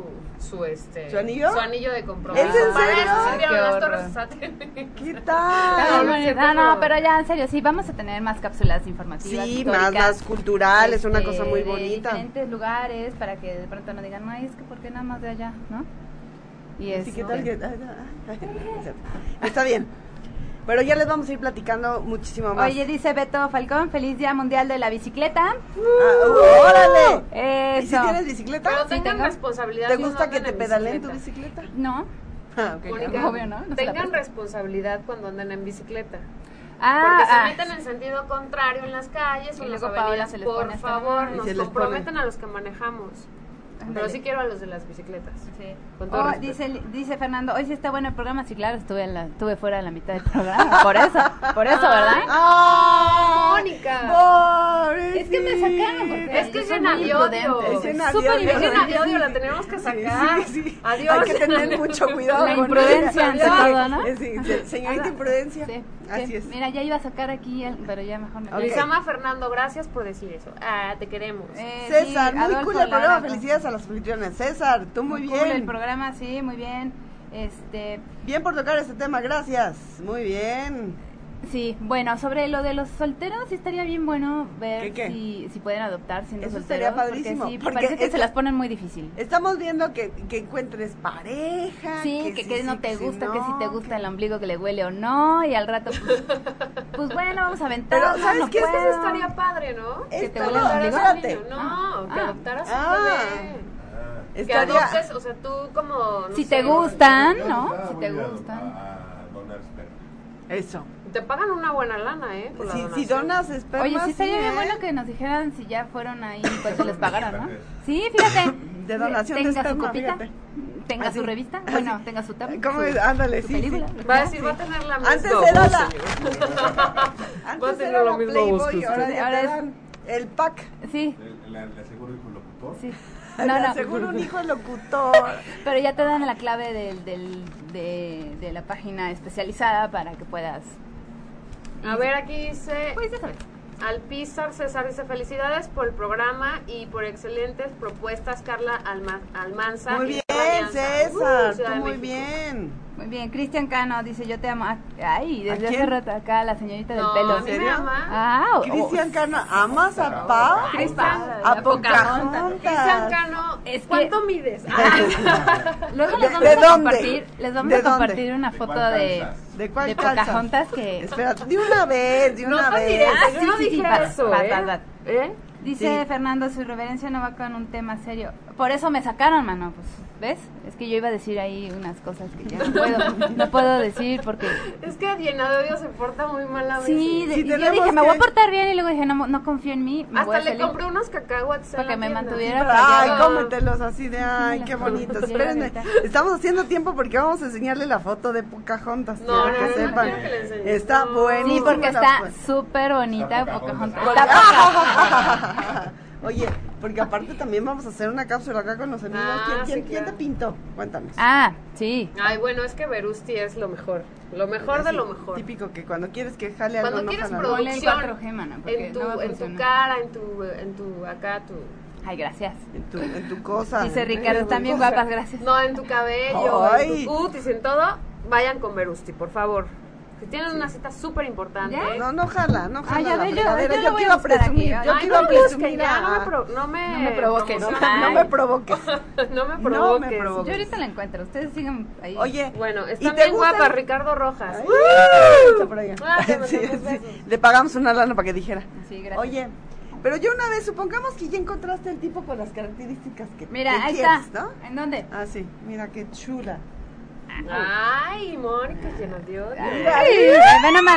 J: su este
F: ¿Su anillo?
J: su anillo de compromiso.
F: ¿Es en
J: Para
F: serio?
J: eso sirvieron
E: Qué
J: las
E: horror.
J: torres satélites.
F: ¿Qué
E: Ah,
F: tal?
E: bueno, no, no, pero ya, en serio, sí, vamos a tener más cápsulas informativas.
F: Sí,
E: históricas,
F: más, más cultural, es una
E: este,
F: cosa muy
E: de
F: bonita.
E: diferentes lugares para que de pronto no digan, ay, es que ¿por qué nada más de allá? ¿No? Y este, es.
F: Así que tal que- ay, ay, ay. Está bien. Pero ya les vamos a ir platicando muchísimo más.
E: Oye, dice Beto Falcón, feliz Día Mundial de la Bicicleta.
F: Ah, ¡Órale!
E: Eso.
F: ¿Y si tienes bicicleta?
J: Pero
E: Sí,
J: tengan
E: tengo.
J: responsabilidad.
F: ¿Te
J: cuando
F: gusta que
J: anden
F: te
J: en
F: pedalen tu
J: bicicleta.
F: bicicleta?
E: No.
F: Ah, ok.
J: Oigan,
E: Obvio, ¿no? No se la
J: tengan
E: prestan.
J: responsabilidad cuando anden en bicicleta.
E: Ah,
J: porque se
E: ah,
J: meten en sentido contrario en las calles o
E: Y
J: en las
E: luego Paola
J: avenidas.
E: se les pone
J: Por
E: hasta
J: favor,
E: mal.
F: Y
J: nos
F: se les pone.
J: comprometen a los que manejamos. Pero
E: Ándale.
J: sí quiero a los de las bicicletas.
E: Sí.
J: Con todo
E: Oh,
J: respeto.
E: dice, dice Fernando, hoy sí está bueno el programa, sí, claro, estuve, en la- estuve fuera de la mitad del programa, [laughs] por eso, por eso, ¿verdad?
F: ¡Ah!
J: Mónica.
F: Pobrecita.
E: Es que me sacaron, porque
J: Es que
E: yo
J: es
E: soy
J: llena
E: muy
J: de odio.
E: imprudente.
F: Es llena de
J: Súper
F: odio.
J: Es llena de
F: Sí,
J: odio,
F: sí,
J: la
F: sí.
J: tenemos que
F: Sí,
J: sacar.
F: sí, sí.
J: Adiós.
F: Hay que
E: [laughs]
F: tener mucho cuidado.
E: La
F: con
E: imprudencia
F: ella.
E: ante todo, ¿no?
F: Es decir, se- Señorita
E: Ajá.
F: imprudencia.
E: Sí,
F: Así
E: sí.
F: es.
E: Mira, ya iba a sacar aquí, el- pero ya mejor me
F: Ok.
J: Lizama Fernando, gracias por decir eso. Ah, te queremos.
E: Eh, sí,
F: César, muy
E: Adolfo
F: cool el programa.
E: Lara,
F: Felicidades a los anfitriones. César, tú muy
E: cool
F: bien.
E: el programa, sí, muy bien. Este,
F: Bien por tocar este tema, gracias. Muy bien.
E: sí, bueno, sobre lo de los solteros, sí estaría bien bueno ver
F: ¿Qué, qué?
E: Si, si pueden adoptar siendo
F: Eso
E: solteros.
F: estaría padrísimo,
E: Porque sí,
F: porque
E: parece que
F: es-
E: se las ponen muy difícil.
F: Estamos viendo que, que encuentres pareja.
E: Sí, que, que
F: sí,
E: no
F: Ah, que
E: te
F: sí,
E: gusta, que si
F: no,
E: te gusta el ombligo que le huele o no, y al rato, pues, pues bueno, vamos a aventar.
F: Pero, ¿sabes
E: no
F: qué? Es que
J: Eso
E: puedo.
J: estaría padre, ¿no?
F: Que te
E: Esta-
F: vuelvas
E: no,
F: a
J: adoptaras
F: espérate.
J: un niño. No, que
E: Ah.
J: adoptaras
F: Ah.
J: un bebé. Que
F: Estaría-
J: adoptes, o sea, tú como... no
E: Si
J: sé,
E: te gustan,
F: Ah,
E: ¿no? Si te gustan.
H: A donar esperma.
F: Eso.
J: Te pagan una buena lana, ¿eh? Por la
F: Si, si
J: donación.
F: donas esperma.
E: Oye, sí estaría bien
F: ¿eh?
E: bueno que nos dijeran si ya fueron ahí
F: [laughs]
E: cuánto les pagaron, ¿no? Sí, fíjate.
F: De donación de
E: tenga su
F: esperma,
E: copita,
F: fíjate. Ah,
E: tenga
F: Así,
E: su revista, bueno, tenga su tapa.
F: ¿Cómo
E: su-
F: es? Ándale,
E: su
F: sí,
E: película,
F: sí.
E: lo que
J: Va a
E: sea.
J: decir, va a tener la misma
F: Antes era la-
J: [laughs] voz, señor. Va a
F: Antes
J: tener
F: era
J: lo
F: la
J: mismo gusto
F: Playboy,
J: usted.
F: ahora ya
E: Ahora
F: te
E: es-
F: dan el pack.
E: Sí,
H: El- La, la seguro hijo locutor.
E: sí. No,
F: [laughs] No,
E: no.
F: Seguro un hijo es locutor.
E: Pero ya te dan la clave del, del, de, de la página especializada para que puedas.
J: A ver, aquí dice...
E: Pues ya sabes.
J: Alpizar César dice felicidades por el programa y por excelentes propuestas Carla Alma- Almanza.
F: Muy
J: y
F: bien,
J: Alianza.
F: César.
J: Uh, Ciudad
F: tú
J: de
F: muy
J: México.
F: bien.
E: Muy bien, Cristian Cano dice, yo te amo. Ah, Ay, desde
F: ¿A
E: hace
F: quién?
E: rato acá la señorita del
J: No,
E: pelo.
J: a mí me
F: serio?
J: ama.
E: Ah,
F: Cristian Cano, ¿amas a Pau?
J: Oh. Cristian,
F: A
J: Cristian
F: Pocahontas.
J: Cano,
E: Es que-
J: ¿cuánto mides? Ah,
E: Luego
F: ¿De-
E: les
F: de
E: vamos
F: dónde?
E: a compartir, les vamos
F: ¿De
E: a compartir
F: dónde?
E: una
H: ¿De
E: foto
H: cuál
E: de,
F: [laughs]
H: calzas?
F: ¿De cuál
E: de
F: calzas?
E: Pocahontas que...
F: Espera, de una vez, de una
J: no te
F: vez.
J: diré,
E: Ah,
J: yo
E: sí,
J: no
E: sí, sí,
J: dije
E: vas,
J: eso,
E: vas,
J: ¿eh?
E: vas, vas.
J: ¿Eh?
E: Dice
F: Sí.
E: Fernando, su irreverencia no va con un tema serio. Por eso me sacaron, mano. Pues, ¿Ves? Es que yo iba a decir ahí unas cosas que ya no puedo, no puedo decir porque...
J: Es que Diana de Odio se porta muy mal a veces.
E: Sí, de-
F: Sí,
E: y yo
F: tenemos
E: dije, me voy
F: que-
E: a portar bien y luego dije, no, no confío en mí. Me voy
J: Hasta
E: a
J: le
E: salir.
J: compré unos cacahuates en
E: Para
J: la
E: que me
J: tienda.
E: mantuviera
F: Pero, Ay,
J: callado.
F: cómetelos así de, ay, qué bonitos. Espérenme, estamos haciendo tiempo porque vamos a enseñarle la foto de Pocahontas.
J: No,
F: para
J: no,
F: que
J: no, no
F: sepan.
J: quiero que le enseñes.
F: Está
J: No.
F: buenísimo.
E: Sí, porque
F: la
E: está
F: foto. [laughs]
E: súper bonita
H: Está Pocahontas.
E: Pocahontas. Está Pocahontas.
F: Oye, Porque aparte también vamos a hacer una cápsula acá con los amigos.
E: Ah,
F: ¿Quién, quién-
E: sí,
F: quién
E: claro.
F: te pintó? Cuéntanos.
G: [laughs] Ah, sí.
E: Ay, bueno, es que Verusti es lo mejor. Lo mejor de
F: Así,
E: lo mejor.
F: Típico que cuando quieres que jale algo
E: Cuando
F: no
E: quieres
F: jala, ¿no?
E: producción.
G: cuatro G, mana, porque
E: en tu,
G: no va a
E: en tu
G: funcionar.
E: cara, en tu, en tu, acá, tu...
G: Ay, gracias.
F: En tu, en tu cosa.
G: Dice
F: en tu-
G: Ricardo,
F: en tu
G: están bien
F: cosa.
G: guapas, gracias.
E: No, en tu cabello,
F: Ay.
E: en tu cutis, en todo. Vayan con Verusti, por favor. Si tienen una cita súper importante.
F: No, no jala, no jala.
E: Ay, ya
F: la
E: ve, yo-
F: fregadera.
E: yo
F: yo
E: lo voy a
F: quiero
E: buscar aquí.
F: presumir. Yo
E: Ay,
F: quiero
E: no me busques,
F: presumir.
E: ya,
F: a-
E: no me pro- no me
G: No me provoques,
F: No,
G: ay.
F: no me provoques.
E: no me
F: No me
E: provoques.
F: provoques.
G: Yo ahorita la encuentro, ustedes sigan ahí.
F: Oye,
E: Bueno,
F: ¿y te
E: está bien
F: gusta
E: guapa
F: el-
E: Ricardo Rojas.
F: Ay, está
E: ¡Uh!
F: por allá.
E: Ah,
F: [laughs]
E: te mandó
F: Sí,
E: unos
F: sí.
E: besos.
F: Le pagamos una lana para que dijera.
G: Sí, gracias.
F: Oye, pero yo una vez, supongamos que ya encontraste el tipo con las características que
G: Mira,
F: que
G: ahí
F: quieres,
G: está.
F: ¿no?
G: ¿En dónde?
F: Ah, sí, mira qué chula.
E: Ay, Mónica, que nos dio.
G: Ay, ve nomás.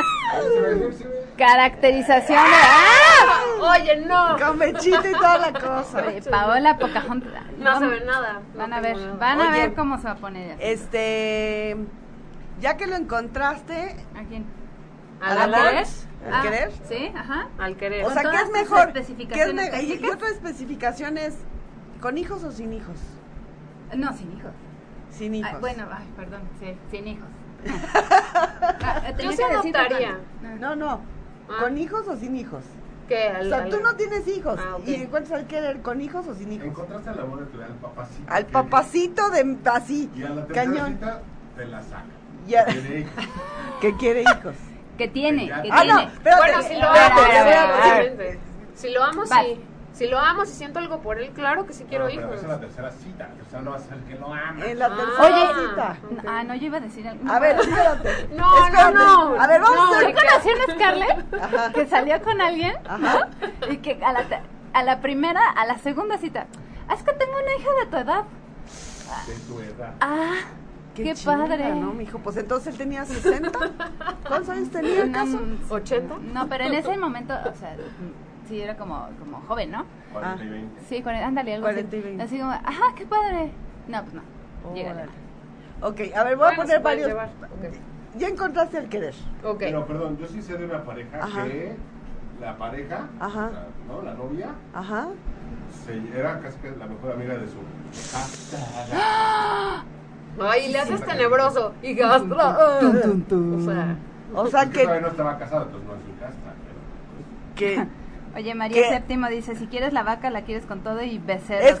G: Caracterización de. ¡Ah!
E: Oye, no.
F: Con mechita y toda la
E: [laughs]
F: cosa.
G: De Paola Pocahontas.
E: No se ve nada. No
G: Van a
E: tengo
G: ver,
E: nada.
G: van a
F: Oye. Eh,
G: ver cómo se va a poner.
F: Este, ya que lo encontraste,
G: ¿A quién?
E: ¿Al
F: ¿Al amor?
E: querer?
F: ¿al
G: Ah,
F: querer?
G: Sí, ajá.
E: Al querer.
F: O
G: ¿Con
F: sea, ¿qué
G: todas
F: es
G: sus
F: mejor? ¿Qué es
G: especificaciones
F: me- y, y
G: técnicas?
F: otra especificación es, ¿con hijos o sin hijos?
G: No, sin hijos.
F: Sin
G: Ah,
F: hijos.
G: bueno, ay, perdón, sí, sin
F: [laughs]
G: hijos. Ah,
E: Yo sí adoptaría.
F: No, no.
E: Ah.
F: ¿Con hijos o sin hijos?
E: ¿Qué?
F: O
E: Al-
F: sea,
E: al-
F: tú no tienes hijos
E: Ah, ok.
F: y encuentras al querer con hijos o sin hijos.
H: Encontraste al amor de tu vida, al papacito.
F: Al papacito de así,
H: Y a la tercera
F: cañón.
H: cita te la saca.
F: Ya.
H: Tiene hijos.
F: Que
G: [laughs]
F: quiere hijos.
G: Que tiene, que
F: ah, no,
G: tiene.
F: espérate.
E: Bueno, si lo
F: espérate,
E: amo,
F: espérate,
E: sí,
F: espérate.
E: obviamente. Si lo amo,
G: Vale.
E: sí. Si lo amo, si siento algo por él, claro que sí quiero
H: No, Pero
E: hijos.
H: esa es la tercera cita. La tercera no va a ser que lo ama.
F: En la
E: Ah.
F: tercera
E: Oye.
F: cita.
E: Ok.
G: Ah, no, yo iba a decir algo.
F: A ver, espérate.
E: No, no,
F: espérate.
E: no.
F: A ver, vamos
E: No,
F: a hacer-
G: ¿Tú
E: Mónica.
G: conocías a Scarlett?
F: Ajá.
G: Que salió con alguien
F: Ajá.
G: y que a la, te- a la primera, a la segunda cita. "Ah, Es que tengo una hija de tu edad.
H: De tu edad.
G: Ah, qué, padre.
F: ¿no, mijo? Pues entonces él tenía 60. ¿Cuántos años tenía
G: No,
F: acaso?
E: ¿80?
G: No, pero en ese momento, o sea, sí era como, como joven, ¿no?
H: 40 y
E: ah,
H: 20.
G: Sí, cuaren- ándale, algo
F: 40 y
G: así.
F: 20.
G: Así como, ajá, qué padre. No, pues no. Llégale.
F: Órale. Ok, a ver, voy a poner
E: Bueno, se pueden
F: varios.
E: llevar.
F: Ya encontraste el querer.
E: Ok.
H: Pero perdón, yo sí sé de una pareja
F: Ajá.
H: que la pareja,
F: Ajá.
H: o sea, ¿no? La novia,
F: Ajá.
H: se- era casi que la mejor amiga de su hasta
E: Ay, le haces tenebroso. Y gastro. ah. O sea,
F: O sea
H: que todavía
F: que.
H: no estaba casado, entonces no es su casta.
E: [laughs]
H: pero-
F: que
G: Oye, María
F: ¿Qué?
G: Séptimo dice, si quieres la vaca, la quieres con todo y becerro.
F: es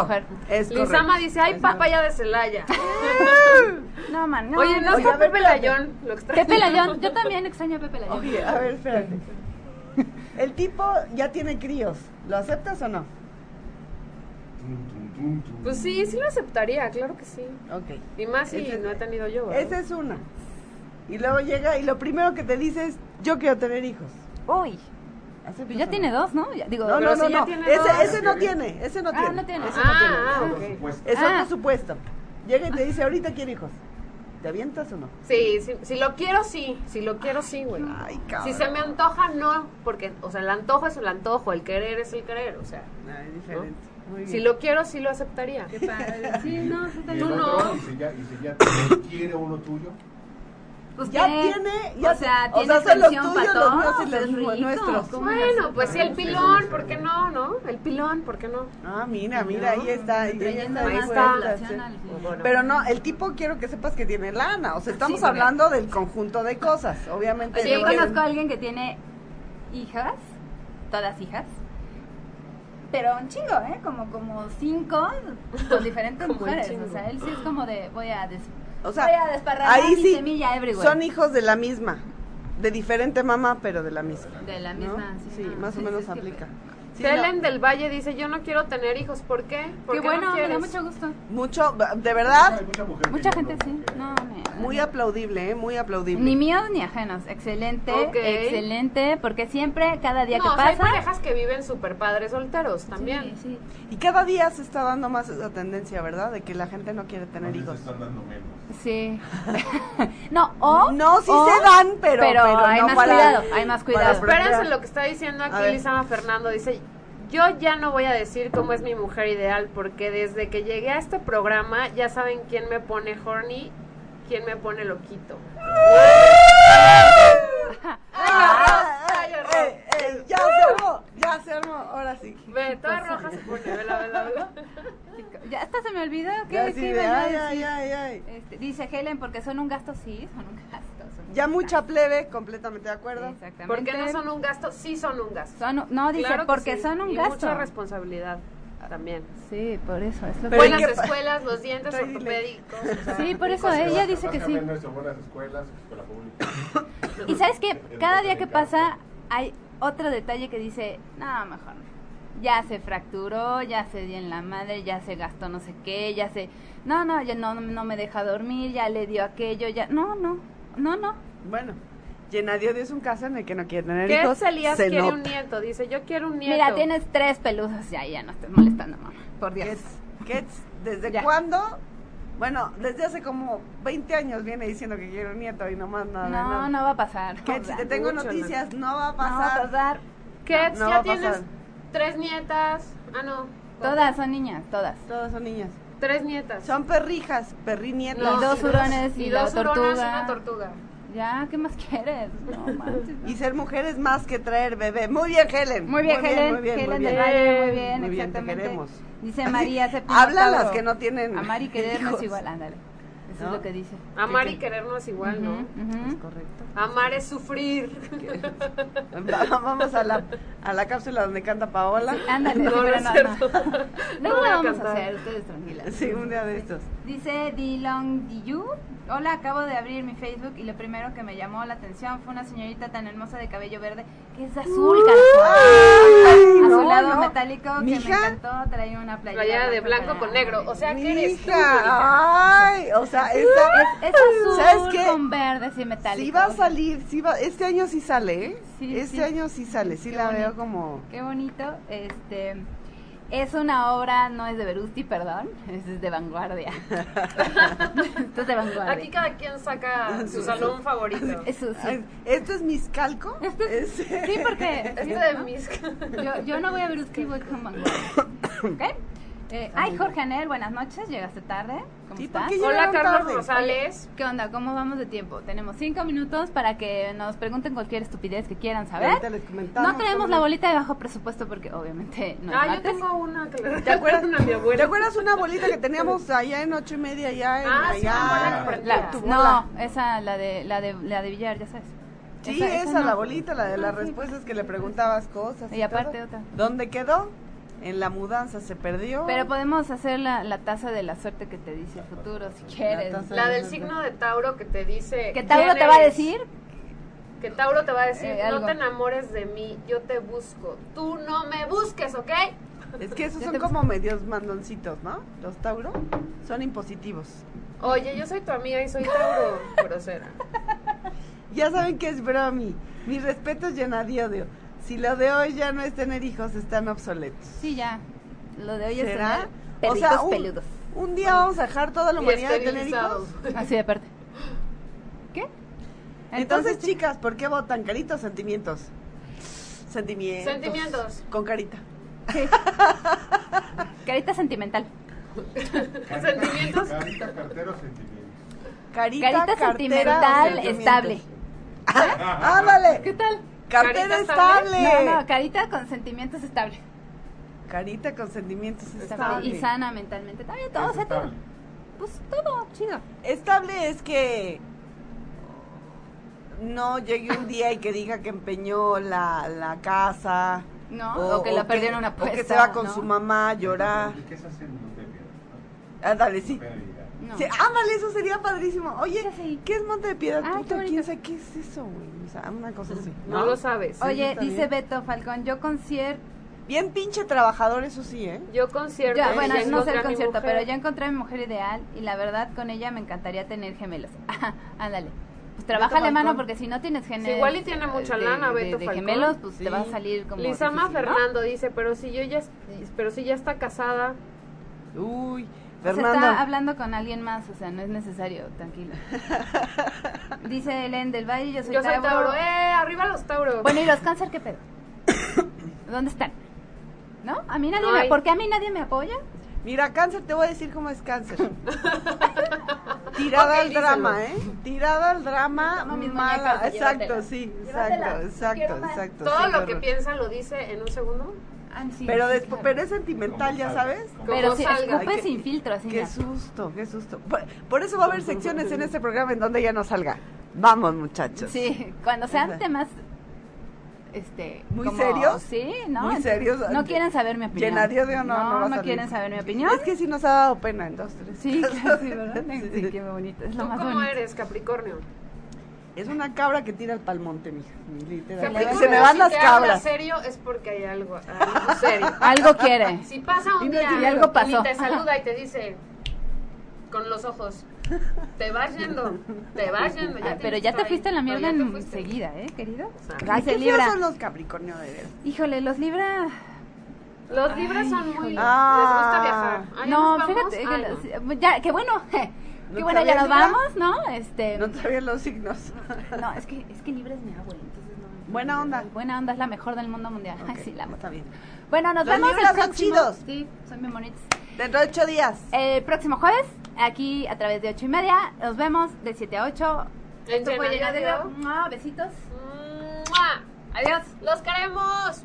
G: Hombre, mujer.
F: Es correcto.
E: Lizama dice, ay, papaya de Celaya.
G: No, man, Ah, no.
E: Oye, no
F: Oye,
E: está
F: a ver,
E: Pepe
F: espérate.
E: Layón. Lo extraño.
G: Pepe Layón, yo también extraño a Pepe Layón.
F: Oye, a ver, espérate. El tipo ya tiene críos. ¿Lo aceptas o no?
H: Tum, tum, tum, tum.
E: Pues sí, sí lo aceptaría, claro que sí.
F: Ok.
E: Y más si
F: Ese-
E: no he tenido yo. ¿verdad?
F: Esa es una. Y luego llega y lo primero que te dice es, yo quiero tener hijos.
G: Uy,
F: ¿Aceptas
G: pues ya
F: o
G: tiene
F: no?
G: dos, ¿no? Ya- digo,
F: No, no,
E: Pero si
F: no,
E: ya
F: no.
E: tiene
F: Ese,
E: dos.
F: ese no tiene, ese no
G: Ah,
F: tiene.
G: no tiene.
F: Ese no tiene.
E: Ah, ah,
H: Por
E: ok.
H: supuesto.
F: Es
G: Ah.
F: otro supuesto. Llega y te dice, ahorita quiero hijos. ¿Te avientas o no?
E: Sí, sí, si lo quiero, sí. Si lo quiero, sí, güey.
F: Ay, cabrón.
E: Si se me antoja, no. Porque, o sea, el antojo es el antojo, el querer es el querer. O sea,
F: Ah, es diferente. Muy
E: si
F: bien.
E: lo quiero, sí lo aceptaría.
G: Sí, no, eso
H: Y
G: también.
H: el
E: Tú
H: otro,
E: no.
H: y si ya, y si ya te- quiere uno tuyo,
G: Pues,
F: Ya
G: ¿qué?
F: tiene, ya
G: o sea,
F: o
G: tiene
F: sea, son los
G: solución
F: tuyos,
G: para
F: los
G: todos,
F: míos y los
G: es
F: nu-
G: rico.
F: nuestros.
G: ¿Cómo no
E: Bueno,
G: se-
E: pues sí, el pilón, ¿por qué no, no? El pilón, ¿por qué no?
F: Ah, mira, mira, ahí está. Ahí
G: Trayendo
F: está, ahí
G: más
F: está,
G: población
F: sí.
G: al-
E: Bueno.
F: Pero no, el tipo quiero que sepas que tiene lana. O sea, estamos
G: Sí, porque-
F: hablando del conjunto de cosas. Obviamente.
G: Oye,
F: le
G: yo
F: va a-
G: conozco a alguien que tiene hijas, todas hijas, pero un chingo, ¿eh? Como, como cinco pues,
F: [laughs]
G: con diferentes
E: Como un
G: mujeres.
E: chingo.
G: O sea, él sí es como de voy a, des-
F: O sea,
G: voy a desparramar
F: ahí
G: mi
F: sí
G: semilla everywhere.
F: son hijos de la misma. De diferente mamá, pero de la misma.
G: de la
F: ¿no?
G: misma.
F: Sí,
G: no,
F: más o
G: sí,
F: menos
G: sí, sí,
F: aplica. Sí,
E: Helen
F: no,
E: del Valle dice, yo no quiero tener hijos, ¿por qué?
G: sí.
E: ¿Por
G: Qué
E: no
G: bueno, me da
E: quieres?
G: mucho gusto.
F: Mucho, de
H: hay
F: verdad,
H: mucha mujer que
G: Mucha
H: yo
G: gente
H: no-
G: sí.
H: que-
G: No, me-
F: muy aplaudible, ¿eh? Muy aplaudible.
G: Ni míos ni ajenos. Excelente,
E: Ok.
G: excelente, porque siempre, cada día
E: No,
G: que
E: o sea, hay
G: pasa.
E: parejas que viven super padres solteros también.
G: Sí, sí.
F: Y cada día se está dando más esa tendencia, ¿verdad? De que la gente no quiere tener
H: Entonces
F: hijos.
H: están dando menos.
G: Sí. [laughs] no, o.
F: No, sí
G: o-
F: se dan, pero,
G: Oh, Pero, hay
F: no
G: más
F: para-
G: cuidado, hay más
F: para
G: cuidado.
F: procrear.
E: Espérense lo que está diciendo
F: A
E: aquí
F: ver.
E: Lizama Fernando. Dice, yo ya no voy a decir cómo es mi mujer ideal porque desde que llegué a este programa ya saben quién me pone horny, quién me pone loquito.
G: Ah, Uh.
F: Ah, eh, eh, ya se armó, ya se enfermo, ahora sí.
E: Ve, toda roja se pone, vela, vela, vela.
G: [laughs] Ya hasta se me olvidó que
F: Ya sí, de, ay, ay,
G: Este, dice Helen, porque son un gasto, sí, son un gasto. son un
F: Ya mucha plebe, completamente de acuerdo.
G: Exactamente.
E: Porque no son un gasto, sí son un gasto.
G: Son un- no, dice,
E: Claro que
G: porque
E: sí,
G: son un
E: y
G: gasto.
E: Mucha responsabilidad también.
G: Sí, por eso es lo
E: Buenas
G: que-
E: escuelas, los dientes ortopédicos. o sea,
G: Sí, por eso
E: cosas.
G: ella dice que sí.
H: buenas escuelas, escuela pública.
G: Y sabes que
H: Educación
G: cada día que
H: en casa.
G: pasa hay otro detalle que dice, no, mejor no. Ya se fracturó, ya se dio en la madre, ya se gastó no sé qué, ya se... No, no, ya no, no me deja dormir, ya le dio aquello, ya... No, no, no, no.
F: Bueno, llena Dios es un caso en el que no quiere tener
G: ¿Qué
F: hijos.
G: Celías
F: se
G: quiere
F: nota.
E: Un nieto, dice, yo quiero un nieto.
G: Mira, tienes tres peludos, ya, ya no estés molestando, mamá. Por Dios.
F: Gets, ¿Desde cuándo? Bueno, desde hace como 20 años viene diciendo que quiero un nieto y nomás nada. de
G: No,
F: nada.
G: no va a pasar.
F: Gets,
G: Mucho,
F: te tengo
G: no.
F: noticias, no va a
G: No va a
F: pasar.
G: pasar.
E: Kets,
F: No va
E: ya
F: a pasar.
E: tienes tres nietas. Ah, no.
G: Todas son niñas, todas.
F: Todas son niñas.
E: Tres nietas.
F: Son perrijas, perrinietas.
G: Y dos hurones y,
E: y
G: la
E: dos huronas y
G: tortuga.
E: una tortuga.
G: Ya, ¿qué más quieres? No manches.
F: Y ser mujer es más que traer bebé. Muy bien, Helen.
G: Muy bien, Helen.
F: muy bien, muy
G: Helen
F: bien.
G: del Valle, muy bien,
F: Muy bien, te
G: exactamente.
F: queremos.
G: Dice María, se
F: Hablan las que no tienen
G: Amar y querernos
F: hijos.
G: igual,
F: [laughs]
G: ándale. Eso
F: ¿No?
G: es lo que dice.
E: Amar y querernos igual, ¿no?
G: Es
F: correcto. [laughs]
E: Amar
G: [laughs]
E: es sufrir.
F: Va- Vamos a la, a la cápsula donde canta Paola.
G: Sí, ándale,
F: No,
G: sí,
F: no
G: pero
F: es
G: no,
F: cierto.
G: No,
F: voy
G: lo
F: a
G: vamos a
F: cantar.
G: hacer, ustedes tranquilas.
F: Sí, un día de estos.
G: Dice Dilong Diyu, hola, acabo de abrir mi Facebook y lo primero que me llamó la atención fue una señorita tan hermosa de cabello verde que es de azul,
E: Uy,
G: carajo.
E: no,
G: Azulado
E: no.
G: metálico que me
E: Mija.
G: encantó, traía una playera,
E: Playera de blanco
G: para-
E: con negro. O sea, ¿qué eres tú,
F: Hija, ay, o
G: [laughs]
F: sea, esa,
G: es, es azul
F: ¿sabes qué?
G: con verdes y metálico.
F: Sí va a salir, sí va, este año sí sale, ¿eh?
G: Sí,
F: este
G: sí.
F: año sí sale, sí
G: Qué
F: la
G: bonito.
F: veo como...
G: Qué bonito. Este es una obra, no es de Berusti, perdón, es de vanguardia. Esto es de vanguardia.
E: Aquí cada quien saca su
G: [laughs]
E: salón favorito.
G: Eso sí.
F: Ay, ¿Esto
G: [laughs]
F: es miscalco? Ese-
G: Sí, porque
E: Este
G: ¿no?
E: de mis...
G: [laughs] yo, yo no voy a Berusti, voy con vanguardia. ¿Ok? Eh, ay, Jorge Anel, buenas noches, llegaste tarde. ¿Cómo
E: ¿por
G: estás?
E: qué Hola, llegaron Carlos tarde? Rosales.
G: Oye, ¿Qué onda? ¿Cómo vamos de tiempo? Tenemos cinco minutos para que nos pregunten cualquier estupidez que quieran saber.
F: Ahorita les comentamos
G: no traemos
F: cómo-
G: la bolita de bajo presupuesto porque obviamente no es
E: Ah, yo
G: martes.
E: tengo una que le
F: ¿Te acuerdas,
E: una a mi abuela.
F: ¿Te acuerdas una bolita que teníamos allá en ocho y media, allá en...
E: Ah, sí, una bola
F: allá,
E: que prendía.
F: la- tu bola?
G: No, esa, la de, la de, la de billar, ya sabes.
F: Sí, esa, la
G: no.
F: bolita, la de las
G: Ah, sí.
F: respuestas que le preguntabas cosas.
G: Y aparte otra.
F: ¿Dónde quedó? En la mudanza se perdió.
G: Pero podemos hacer la, la taza de la suerte que te dice el futuro, si quieres.
F: taza
E: La del signo de Tauro que te dice...
G: Que Tauro
E: ¿quién
G: te va a
E: eres?
G: decir,
E: Que Tauro te va a decir,
G: Eh,
E: no
G: algo.
E: te enamores de mí, yo te busco. Tú no me busques, ¿ok?
F: Es que esos son como medios mandoncitos, ¿no? Los Tauro son impositivos.
E: Oye, yo soy tu amiga y soy Tauro grosera.
F: Ya saben que es bromi. Mi respeto es llena de odio. Si lo de hoy ya no es tener hijos, están obsoletos.
G: sí, ya. Lo de hoy es
F: ¿Será?
G: tener
F: O sea,
G: pelitos
F: un,
G: peludos.
F: un día vamos a dejar toda la
G: Y
F: humanidad de tener hijos.
G: esterilizados. Así de parte. ¿Qué?
F: Entonces, chicas, ¿por qué votan? ¿Caritos sentimientos? Sentimientos.
E: Sentimientos.
F: Con carita.
G: Carita sentimental.
E: Sentimientos.
H: Carita, cartero, sentimientos.
F: Carita,
G: Carita
F: cartera,
G: sentimental
F: sentimientos.
G: estable.
H: [laughs]
F: Ah, vale.
G: ¿Qué tal?
F: Cartera estable.
G: No, no, carita con sentimientos estable.
F: Carita con sentimientos
G: Estable.
F: estable.
G: Y sana mentalmente. También todo, o sea, todo. Pues todo, chido.
F: Estable es que no llegue un día y que diga que empeñó la, la casa.
G: No, o que la perdieron una
F: O que se
G: apuesta,
F: va con
G: ¿no?
F: su mamá a llorar.
H: ¿Y qué se hace en un bebé?
F: Ándale, sí.
G: No.
F: Sí, ándale, eso sería padrísimo. Oye, ¿qué es Monte de Piedad?
G: Ah,
F: Puta, ¿quién sabe qué es eso, güey? O sea, una cosa así.
E: No lo sabes.
G: Oye,
F: está
G: dice
F: bien.
G: Beto Falcón, yo concierto.
F: Bien pinche trabajador, eso sí, ¿eh?
E: Yo concierto.
G: Ya,
E: y
G: bueno,
E: ya
G: no sé
E: encontré
G: el
E: a mi
G: concierto,
E: mujer.
G: pero ya encontré a mi mujer ideal y la verdad con ella me encantaría tener gemelos. [laughs] Ah, Ándale. Pues trabájale
E: Falcón.
G: mano porque si no tienes gemelos.
E: Sí, igual y tiene mucha lana,
G: de,
E: Beto
G: de
E: Falcón.
G: gemelos, pues
E: Sí.
G: te va a salir como.
E: Lizama
G: difícil, ¿no?
E: Fernando dice, pero si yo ya, es- pero si ya está casada.
F: Uy,
G: Se
F: Fernando.
G: está hablando con alguien más, o sea, no es necesario, tranquilo. Dice Helen del Valle, yo soy
E: Yo soy
G: Tauro.
E: Tauro. ¡Eh! Arriba los Tauros.
G: Bueno, ¿y los cáncer qué pedo? [coughs] ¿Dónde están? ¿No? A mí nadie
E: No
G: me...
E: hay.
G: ¿Por qué a mí nadie me apoya? [laughs]
F: Mira, cáncer, te voy a decir cómo es cáncer. Tirada
G: Ok,
F: al drama, ¿eh?
G: díselo.
F: Tirada al drama,
G: Toma mis
F: mala.
G: muñecas,
F: Exacto,
G: llévatela.
F: sí,
G: Llévatela,
F: exacto,
G: quiero
F: exacto,
G: más.
F: exacto.
E: Todo
F: sí,
E: lo
F: qué
E: que
F: horror.
E: piensa lo dice en un segundo.
G: Ah,
F: Pero, despu- pero es sentimental, ya sabes.
O: Pero sí, escupe
F: Ay, qué-
O: sin filtro, así
F: Qué
O: ya.
F: susto, qué susto. Por, por eso va a haber secciones en este programa en donde ya no salga. Vamos, muchachos.
O: Sí, cuando sean temas este
F: ¿Muy
O: como-
F: serios?
O: Sí, no.
F: ¿Muy serios?
O: No quieren saber mi opinión.
F: Llena Dios de honor, no va
O: No,
F: a
O: no,
F: salir.
O: quieren saber mi opinión.
F: Es que sí nos ha dado pena en dos, tres.
O: Sí, claro, sí,
F: [laughs]
O: ¿verdad? Sí, qué bonito. Es
E: ¿Tú
O: lo más
E: cómo
O: bonito.
E: eres, Capricornio?
F: Es una cabra que tira al palmonte, mija. literal.
E: Capricornio,
F: Se me van
E: si
F: las
E: te habla
F: cabras.
E: serio es porque hay algo, algo serio.
O: [laughs] Algo quiere.
E: Si pasa
O: Y
E: un
O: no
E: día
O: tiene- algo pasó.
E: y te saluda y te dice con los ojos, te vas yendo, te vas yendo.
O: Ah,
E: Ya
O: pero
E: tienes
O: ya te
E: todo ahí.
O: fuiste a la
E: Pero
O: mierda
E: ya te fuiste.
O: enseguida, ¿eh, querido?
F: Ay,
O: Y
F: qué
O: se
F: feos
O: libra.
F: son los Capricornio, de veras.
O: Híjole, los libra.
E: Los libras
O: Ay,
E: son muy...
F: Ah.
E: Les gusta viajar. Ah, ¿ya
O: no,
E: nos vamos?
O: fíjate,
E: Ay,
O: que
E: no.
O: los- ya, qué bueno. Qué
F: ¿No
O: bueno, ya
F: sabías,
O: nos
F: Libra?
O: vamos, ¿no? Este,
F: No sabía los signos.
O: no, es que es que Libra es mi abuela, entonces no.
F: Buena onda.
O: Buena onda es la mejor del mundo mundial. Ay, sí, la amo.
F: Está bien.
O: Bueno, nos
F: Los
O: vemos
F: Libras
O: el
F: son
O: próximo.
F: chidos.
O: Sí, son bien bonitos.
F: Dentro de ocho días.
O: El próximo jueves, aquí a través de ocho y media, nos vemos de 7 a 8.
E: En
O: Esto fue
E: Llena de
O: Llena de
E: Dios.
O: Mua, Besitos.
E: ¡Mua! Adiós. Los queremos.